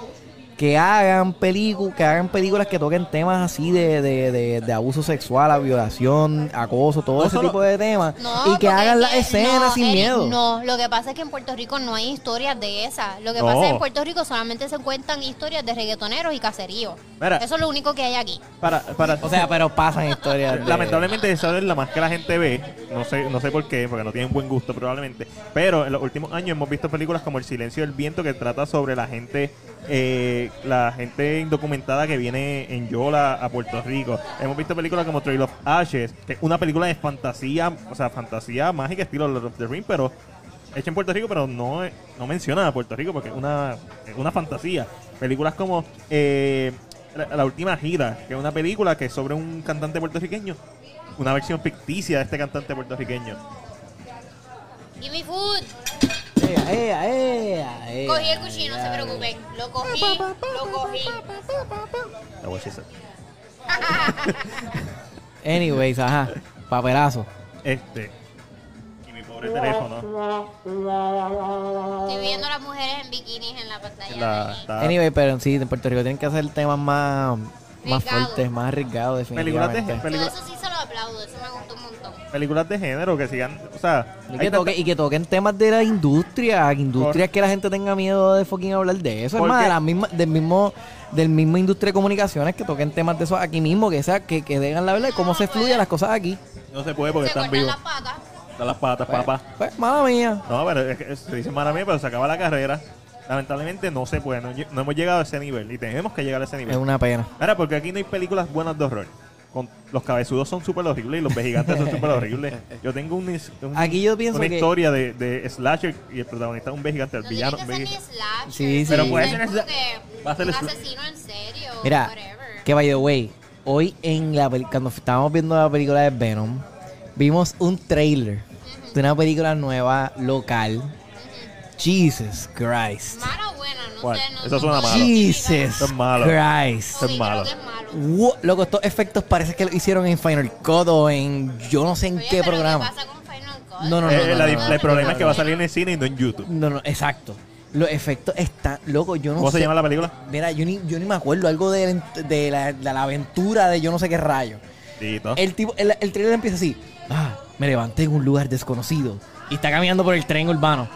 [SPEAKER 2] Que hagan, pelicu- que hagan películas que toquen temas así de, de- de- de abuso sexual, a violación, acoso, todo
[SPEAKER 1] No
[SPEAKER 2] ese
[SPEAKER 1] solo-
[SPEAKER 2] tipo de temas.
[SPEAKER 3] No,
[SPEAKER 2] y que
[SPEAKER 3] porque
[SPEAKER 2] hagan
[SPEAKER 3] es
[SPEAKER 2] las
[SPEAKER 3] que-
[SPEAKER 2] escenas
[SPEAKER 3] no,
[SPEAKER 2] sin
[SPEAKER 3] Eric,
[SPEAKER 2] miedo.
[SPEAKER 3] No, lo que pasa es que en Puerto Rico no hay historias de esas. Lo que
[SPEAKER 1] No.
[SPEAKER 3] pasa es que en Puerto Rico solamente se cuentan historias de reggaetoneros y caseríos.
[SPEAKER 1] Mira.
[SPEAKER 3] Eso es lo único que hay aquí.
[SPEAKER 1] Para, para,
[SPEAKER 2] O sea, pero pasan historias. de-
[SPEAKER 1] Lamentablemente esa es la más que la gente ve, no sé, no sé por qué, porque no tienen buen gusto probablemente, pero en los últimos años hemos visto películas como El silencio del viento que trata sobre la gente eh, la gente indocumentada que viene en Yola a Puerto Rico. Hemos visto películas como Trail of Ashes, que es una película de fantasía, o sea, fantasía mágica estilo Lord of the Ring, pero hecha en Puerto Rico, pero no, no menciona a Puerto Rico porque es una, es una fantasía. Películas como eh, la, La Última Gira, que es una película que es sobre un cantante puertorriqueño, una versión ficticia de este cantante puertorriqueño.
[SPEAKER 3] Give me food.
[SPEAKER 2] Sí, ea, ea, ea, ea,
[SPEAKER 3] Cogí el cuchillo, no se
[SPEAKER 2] ea.
[SPEAKER 3] preocupen. Lo cogí, lo cogí.
[SPEAKER 1] That was she said.
[SPEAKER 2] Anyways, ajá. Papelazo.
[SPEAKER 1] Este. Y mi pobre teléfono.
[SPEAKER 3] Estoy viendo a las mujeres en bikinis en la pantalla. de
[SPEAKER 1] La,
[SPEAKER 3] ahí.
[SPEAKER 1] está-
[SPEAKER 2] Anyway, pero sí, en Puerto Rico tienen que hacer temas más, más
[SPEAKER 3] Arriesgado.
[SPEAKER 2] fuertes, más arriesgados,
[SPEAKER 1] Películas de,
[SPEAKER 2] definitivamente.
[SPEAKER 3] Yo
[SPEAKER 1] película-
[SPEAKER 3] eso sí se lo aplaudo, eso me gustó un montón.
[SPEAKER 1] películas de género que sigan. O sea.
[SPEAKER 2] Y
[SPEAKER 1] hay
[SPEAKER 2] que,
[SPEAKER 1] tanta-
[SPEAKER 2] toque- y que toquen temas de la industria, industrias que la gente tenga miedo de fucking hablar de eso. Es
[SPEAKER 1] ¿Por
[SPEAKER 2] más,
[SPEAKER 1] qué?
[SPEAKER 2] de la misma, del mismo del mismo industria de comunicaciones que toquen temas de eso aquí mismo, que sea que, que digan la verdad de cómo se fluyen las cosas aquí.
[SPEAKER 1] No se puede porque
[SPEAKER 3] Se
[SPEAKER 1] están vivos.
[SPEAKER 3] cortan las patas.
[SPEAKER 1] Están las patas,
[SPEAKER 2] Pues,
[SPEAKER 1] papá.
[SPEAKER 2] pues, mala mía.
[SPEAKER 1] No, pero es que se dice mala mía, pero se acaba la carrera. Lamentablemente no se puede. No, lle- no hemos llegado a ese nivel y tenemos que llegar a ese
[SPEAKER 2] Es
[SPEAKER 1] nivel.
[SPEAKER 2] una pena.
[SPEAKER 1] Mira, porque aquí no hay películas buenas de horror. Con- los cabezudos son súper horribles y los vejigantes son súper horribles. Yo tengo un, is- un-
[SPEAKER 2] Aquí yo pienso
[SPEAKER 1] una
[SPEAKER 2] que-
[SPEAKER 1] historia de, de Slasher y el protagonista es un vejigante, el
[SPEAKER 3] No
[SPEAKER 1] villano.
[SPEAKER 3] tiene que
[SPEAKER 1] un
[SPEAKER 3] ser ni
[SPEAKER 1] vejigante.
[SPEAKER 3] slasher.
[SPEAKER 2] Sí, sí.
[SPEAKER 1] Pero puede
[SPEAKER 3] puede
[SPEAKER 1] ser
[SPEAKER 3] ser como
[SPEAKER 1] sla-
[SPEAKER 3] que
[SPEAKER 1] va a ser
[SPEAKER 3] un
[SPEAKER 1] sla-
[SPEAKER 3] asesino en serio.
[SPEAKER 2] Mira,
[SPEAKER 3] whatever.
[SPEAKER 2] que by the way, hoy en la peli- cuando estábamos viendo la película de Venom, vimos un trailer de una película nueva local. Jesus Christ.
[SPEAKER 3] Mala o buena, no
[SPEAKER 1] ¿Cuál?
[SPEAKER 3] sé. No,
[SPEAKER 1] Eso
[SPEAKER 3] no
[SPEAKER 1] suena
[SPEAKER 3] puedo
[SPEAKER 1] malo.
[SPEAKER 3] identificar.
[SPEAKER 2] Jesus
[SPEAKER 1] Eso es malo.
[SPEAKER 2] Christ.
[SPEAKER 1] Eso es
[SPEAKER 3] Sí,
[SPEAKER 1] malo.
[SPEAKER 3] creo que es malo.
[SPEAKER 2] Wo- Loco, estos efectos parece que lo hicieron en Final Cut o en yo no sé en
[SPEAKER 3] Oye,
[SPEAKER 2] qué
[SPEAKER 3] pero
[SPEAKER 2] programa.
[SPEAKER 3] ¿Qué pasa con Final Cut?
[SPEAKER 2] No, no,
[SPEAKER 1] Eh,
[SPEAKER 2] no, no,
[SPEAKER 1] la
[SPEAKER 2] no,
[SPEAKER 1] dif-
[SPEAKER 2] no,
[SPEAKER 1] el
[SPEAKER 2] no,
[SPEAKER 1] problema
[SPEAKER 2] no,
[SPEAKER 1] es que va a salir en el cine y no en YouTube.
[SPEAKER 2] No, no, exacto. Los efectos están, loco, yo no
[SPEAKER 1] ¿Cómo
[SPEAKER 2] sé.
[SPEAKER 1] se llama la película?
[SPEAKER 2] Mira, yo ni, yo ni me acuerdo algo de, la- de la, de la aventura de yo no sé qué rayo.
[SPEAKER 1] Dito.
[SPEAKER 2] El tipo, el, el trailer empieza así. Ah, me levanté en un lugar desconocido. Y está caminando por el tren urbano.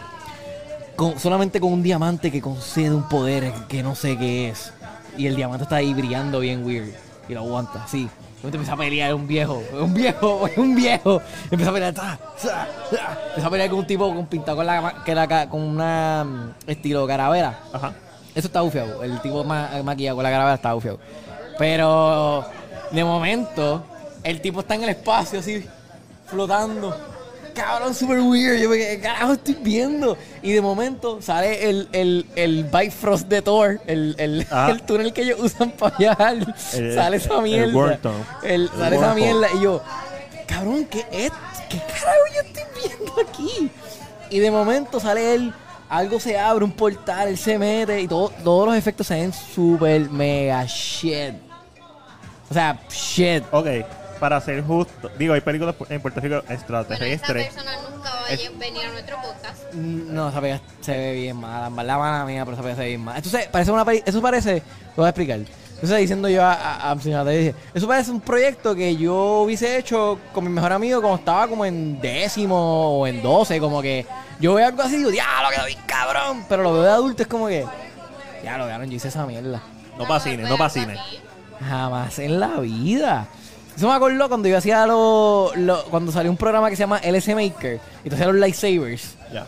[SPEAKER 2] Con, solamente con un diamante que concede un poder que no sé qué es. Y el diamante está ahí brillando bien weird. Y lo aguanta, sí. Y te empieza a pelear un viejo, un viejo, un viejo. Empieza a pelear, ta, ta, ta. empieza a pelear con un tipo con pintado con la, ma- que la ca- con una mm, estilo caravera.
[SPEAKER 1] Ajá.
[SPEAKER 2] Eso está bufiado. El tipo ma maquillado con la cara está bufiado. Pero de momento, el tipo está en el espacio así, flotando. Cabrón, super weird. Yo me quedé, "¿Qué carajo estoy viendo? Y de momento sale el, el, el Bifrost de Thor, el, el,
[SPEAKER 1] Ajá.
[SPEAKER 2] el túnel que ellos usan para viajar.
[SPEAKER 1] Ah. El-
[SPEAKER 2] sale esa
[SPEAKER 1] el
[SPEAKER 2] mierda.
[SPEAKER 1] World Tunnel.
[SPEAKER 2] El-
[SPEAKER 1] El
[SPEAKER 2] sale esa
[SPEAKER 1] World
[SPEAKER 2] mierda. Y yo, cabrón, ¿qué es? ¿Qué carajo yo estoy viendo aquí? Y de momento sale él, algo se abre, un portal, él se mete y todo- todos los efectos se ven super mega shit. O sea, shit.
[SPEAKER 1] Ok, para ser justo, digo, hay películas en Puerto Rico
[SPEAKER 3] Bueno, esa
[SPEAKER 1] extraterrestres.
[SPEAKER 3] persona nunca va a
[SPEAKER 1] Es-
[SPEAKER 3] venir a nuestro podcast.
[SPEAKER 2] Mm, No, esa pega se ve bien mala. en verdad, mala mía, pero esa pega se ve bien mala. Entonces, parece una peli- Eso parece. Lo voy a explicar. Entonces, diciendo yo a, a, a señora Tati, dije, eso parece un proyecto que yo hubiese hecho con mi mejor amigo cuando estaba como en décimo o en doce. Como que yo veo algo así y digo, diablo, quedó bien cabrón. Pero lo veo de adulto es como que, ya lo yo hice esa mierda.
[SPEAKER 1] No para cine, no para cine.
[SPEAKER 2] Jamás en la vida. Eso me acordó cuando yo hacía lo, lo- cuando salió un programa que se llama LS Maker. Y tú hacías los lightsabers.
[SPEAKER 1] Ya.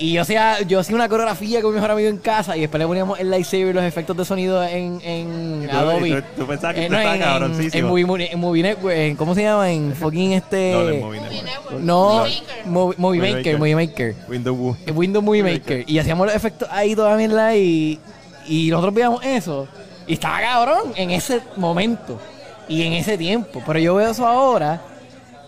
[SPEAKER 2] Y yo hacía, yo hacía una coreografía con mi mejor amigo en casa y después le poníamos el lightsaber y los efectos de sonido en, en
[SPEAKER 1] Y tú-
[SPEAKER 2] Adobe. Eh,
[SPEAKER 1] y tú- tú pensabas que tú
[SPEAKER 2] no,
[SPEAKER 1] estabas
[SPEAKER 2] en-
[SPEAKER 1] cabroncísimo.
[SPEAKER 2] En, en, Movie, Mone- en Movie Network, en- ¿cómo se llama? En fucking este...
[SPEAKER 1] No, en Movie
[SPEAKER 3] Movie
[SPEAKER 1] Network.
[SPEAKER 3] Network.
[SPEAKER 2] No,
[SPEAKER 3] Movie Maker.
[SPEAKER 2] Movie, Movie
[SPEAKER 1] Movie
[SPEAKER 2] Maker,
[SPEAKER 1] Maker.
[SPEAKER 2] Movie Maker.
[SPEAKER 1] Windows Woo.
[SPEAKER 2] En Windows Movie Maker. Y hacíamos los efectos ahí toda mierda y, y nosotros veíamos eso. Y estaba cabrón en ese momento y en ese tiempo. Pero yo veo eso ahora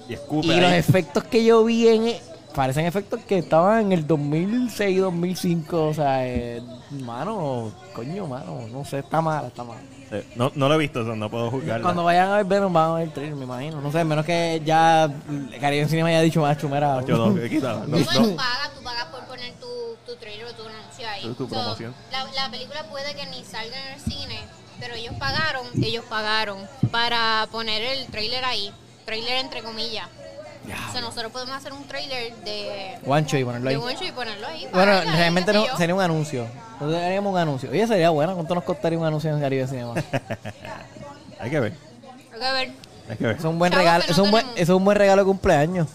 [SPEAKER 1] Y escupe.
[SPEAKER 2] y
[SPEAKER 1] ahí.
[SPEAKER 2] los efectos que yo vi en, e, parecen efectos que estaban en el 2006, 2005. O sea, eh, mano, coño, mano, no sé, está mal, está mal.
[SPEAKER 1] Eh, No, no lo he visto, eso, no puedo juzgarlo.
[SPEAKER 2] Cuando vayan a ver Venom, van a ver el trailer, me imagino. No sé, a menos que ya mm, Caribe Cine me haya dicho más chumera.
[SPEAKER 1] Yo no, quítala. No,
[SPEAKER 3] Tú
[SPEAKER 1] no.
[SPEAKER 3] no pagas, tú pagas por poner tu, tu trailer o tu anuncio ahí.
[SPEAKER 1] Tu- tu
[SPEAKER 3] So,
[SPEAKER 1] promoción.
[SPEAKER 3] La, la película puede que ni salga en el cine, pero ellos pagaron, ellos pagaron para poner el trailer ahí. Trailer entre comillas. O sea, nosotros podemos hacer un trailer de,
[SPEAKER 2] Guancho y ponerlo
[SPEAKER 3] de
[SPEAKER 2] ahí.
[SPEAKER 3] Woncho y ponerlo ahí.
[SPEAKER 2] Bueno,
[SPEAKER 3] pagarle a
[SPEAKER 2] realmente
[SPEAKER 3] ellos
[SPEAKER 2] no,
[SPEAKER 3] y yo.
[SPEAKER 2] sería un anuncio. No haríamos un anuncio. Oye, sería bueno. ¿Cuánto nos costaría un anuncio en Caribe Cinema? Es
[SPEAKER 1] Hay que ver.
[SPEAKER 3] Hay que ver.
[SPEAKER 1] Hay que ver.
[SPEAKER 2] un buen
[SPEAKER 3] Chavo,
[SPEAKER 2] regalo.
[SPEAKER 3] que no
[SPEAKER 2] Es un buen,
[SPEAKER 3] tenemos.
[SPEAKER 2] es un buen regalo de cumpleaños.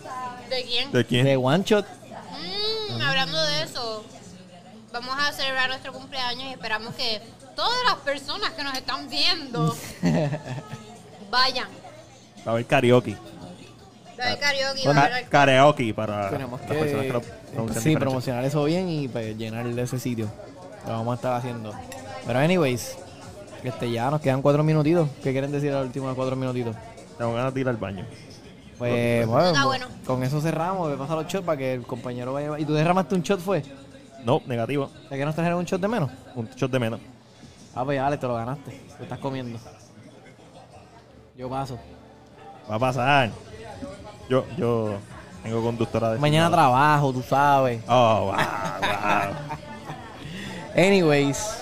[SPEAKER 3] ¿De quién?
[SPEAKER 1] ¿De quién?
[SPEAKER 2] De One Shot.
[SPEAKER 3] Mm, hablando de eso, vamos a celebrar nuestro cumpleaños y esperamos que todas las personas que nos están viendo vayan.
[SPEAKER 1] Va a haber karaoke.
[SPEAKER 3] Va a haber karaoke, va a
[SPEAKER 1] Ca-
[SPEAKER 3] haber-
[SPEAKER 1] karaoke para
[SPEAKER 2] Tenemos
[SPEAKER 1] Ah, las personas que lo pronuncian
[SPEAKER 2] sí,
[SPEAKER 1] diferente.
[SPEAKER 2] promocionar eso bien y pues, llenar ese sitio. Lo vamos a estar haciendo. Pero anyways, este ya nos quedan cuatro minutitos. ¿Qué quieren decir a los últimos cuatro minutitos?
[SPEAKER 1] Tengo ganas de ir al baño.
[SPEAKER 2] Pues
[SPEAKER 3] Está
[SPEAKER 2] bueno,
[SPEAKER 3] bueno.
[SPEAKER 2] con eso cerramos. Me pasa los shots para que el compañero vaya. ¿Y tú derramaste un shot fue?
[SPEAKER 1] No, negativo.
[SPEAKER 2] O sea, que nos trajeron un shot de menos.
[SPEAKER 1] Un shot de menos.
[SPEAKER 2] Ah, pues Ale, te lo ganaste. Lo estás comiendo. Yo paso.
[SPEAKER 1] Va a pasar. Yo, yo tengo conductora de.
[SPEAKER 2] Mañana trabajo, tú sabes.
[SPEAKER 1] Oh, wow, wow.
[SPEAKER 2] Anyways.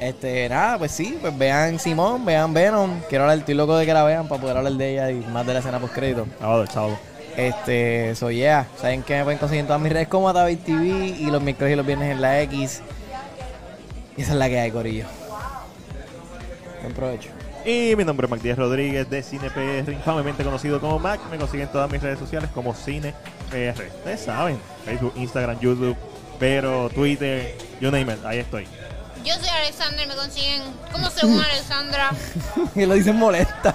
[SPEAKER 2] Este, nada, pues sí, pues vean Simón, vean Venom. Quiero hablar, estoy loco de que la vean para poder hablar de ella y más de la escena post crédito.
[SPEAKER 1] Sábado, sábado.
[SPEAKER 2] Este, soy yeah. Saben que me pueden conseguir en todas mis redes como Atavid TV y los miércoles y los viernes en la X. Y esa es la que hay, Corillo. Buen provecho.
[SPEAKER 1] Y mi nombre es Mac Díaz Rodríguez de CinePR, infamemente conocido como Mac. Me consiguen en todas mis redes sociales como CinePR. Ustedes saben, Facebook, Instagram, YouTube, pero Twitter, you name it, ahí estoy.
[SPEAKER 3] Yo soy Alexander, me consiguen como según Alexandra.
[SPEAKER 2] que lo dicen molesta.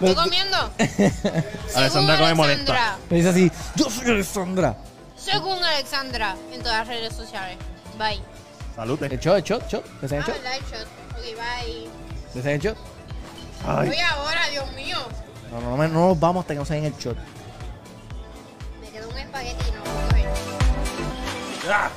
[SPEAKER 3] ¿Estoy comiendo? Según
[SPEAKER 1] Alexandra come molesta.
[SPEAKER 3] Alexandra.
[SPEAKER 2] Me dice así, yo soy Alexandra.
[SPEAKER 3] Según Alexandra en todas las redes sociales. Bye.
[SPEAKER 1] Salute.
[SPEAKER 2] El shot, el shot, shot. ¿Te hacen
[SPEAKER 3] Ah,
[SPEAKER 2] el shot?
[SPEAKER 3] ¿verdad? El shot. Ok, bye.
[SPEAKER 2] ¿Te hacen el shot?
[SPEAKER 1] Ay.
[SPEAKER 3] Voy ahora, Dios mío.
[SPEAKER 2] No, no, no, no nos vamos hasta que nos hagan el shot.
[SPEAKER 3] Me quedó un espagueti, no lo puedo coger.
[SPEAKER 1] Ah.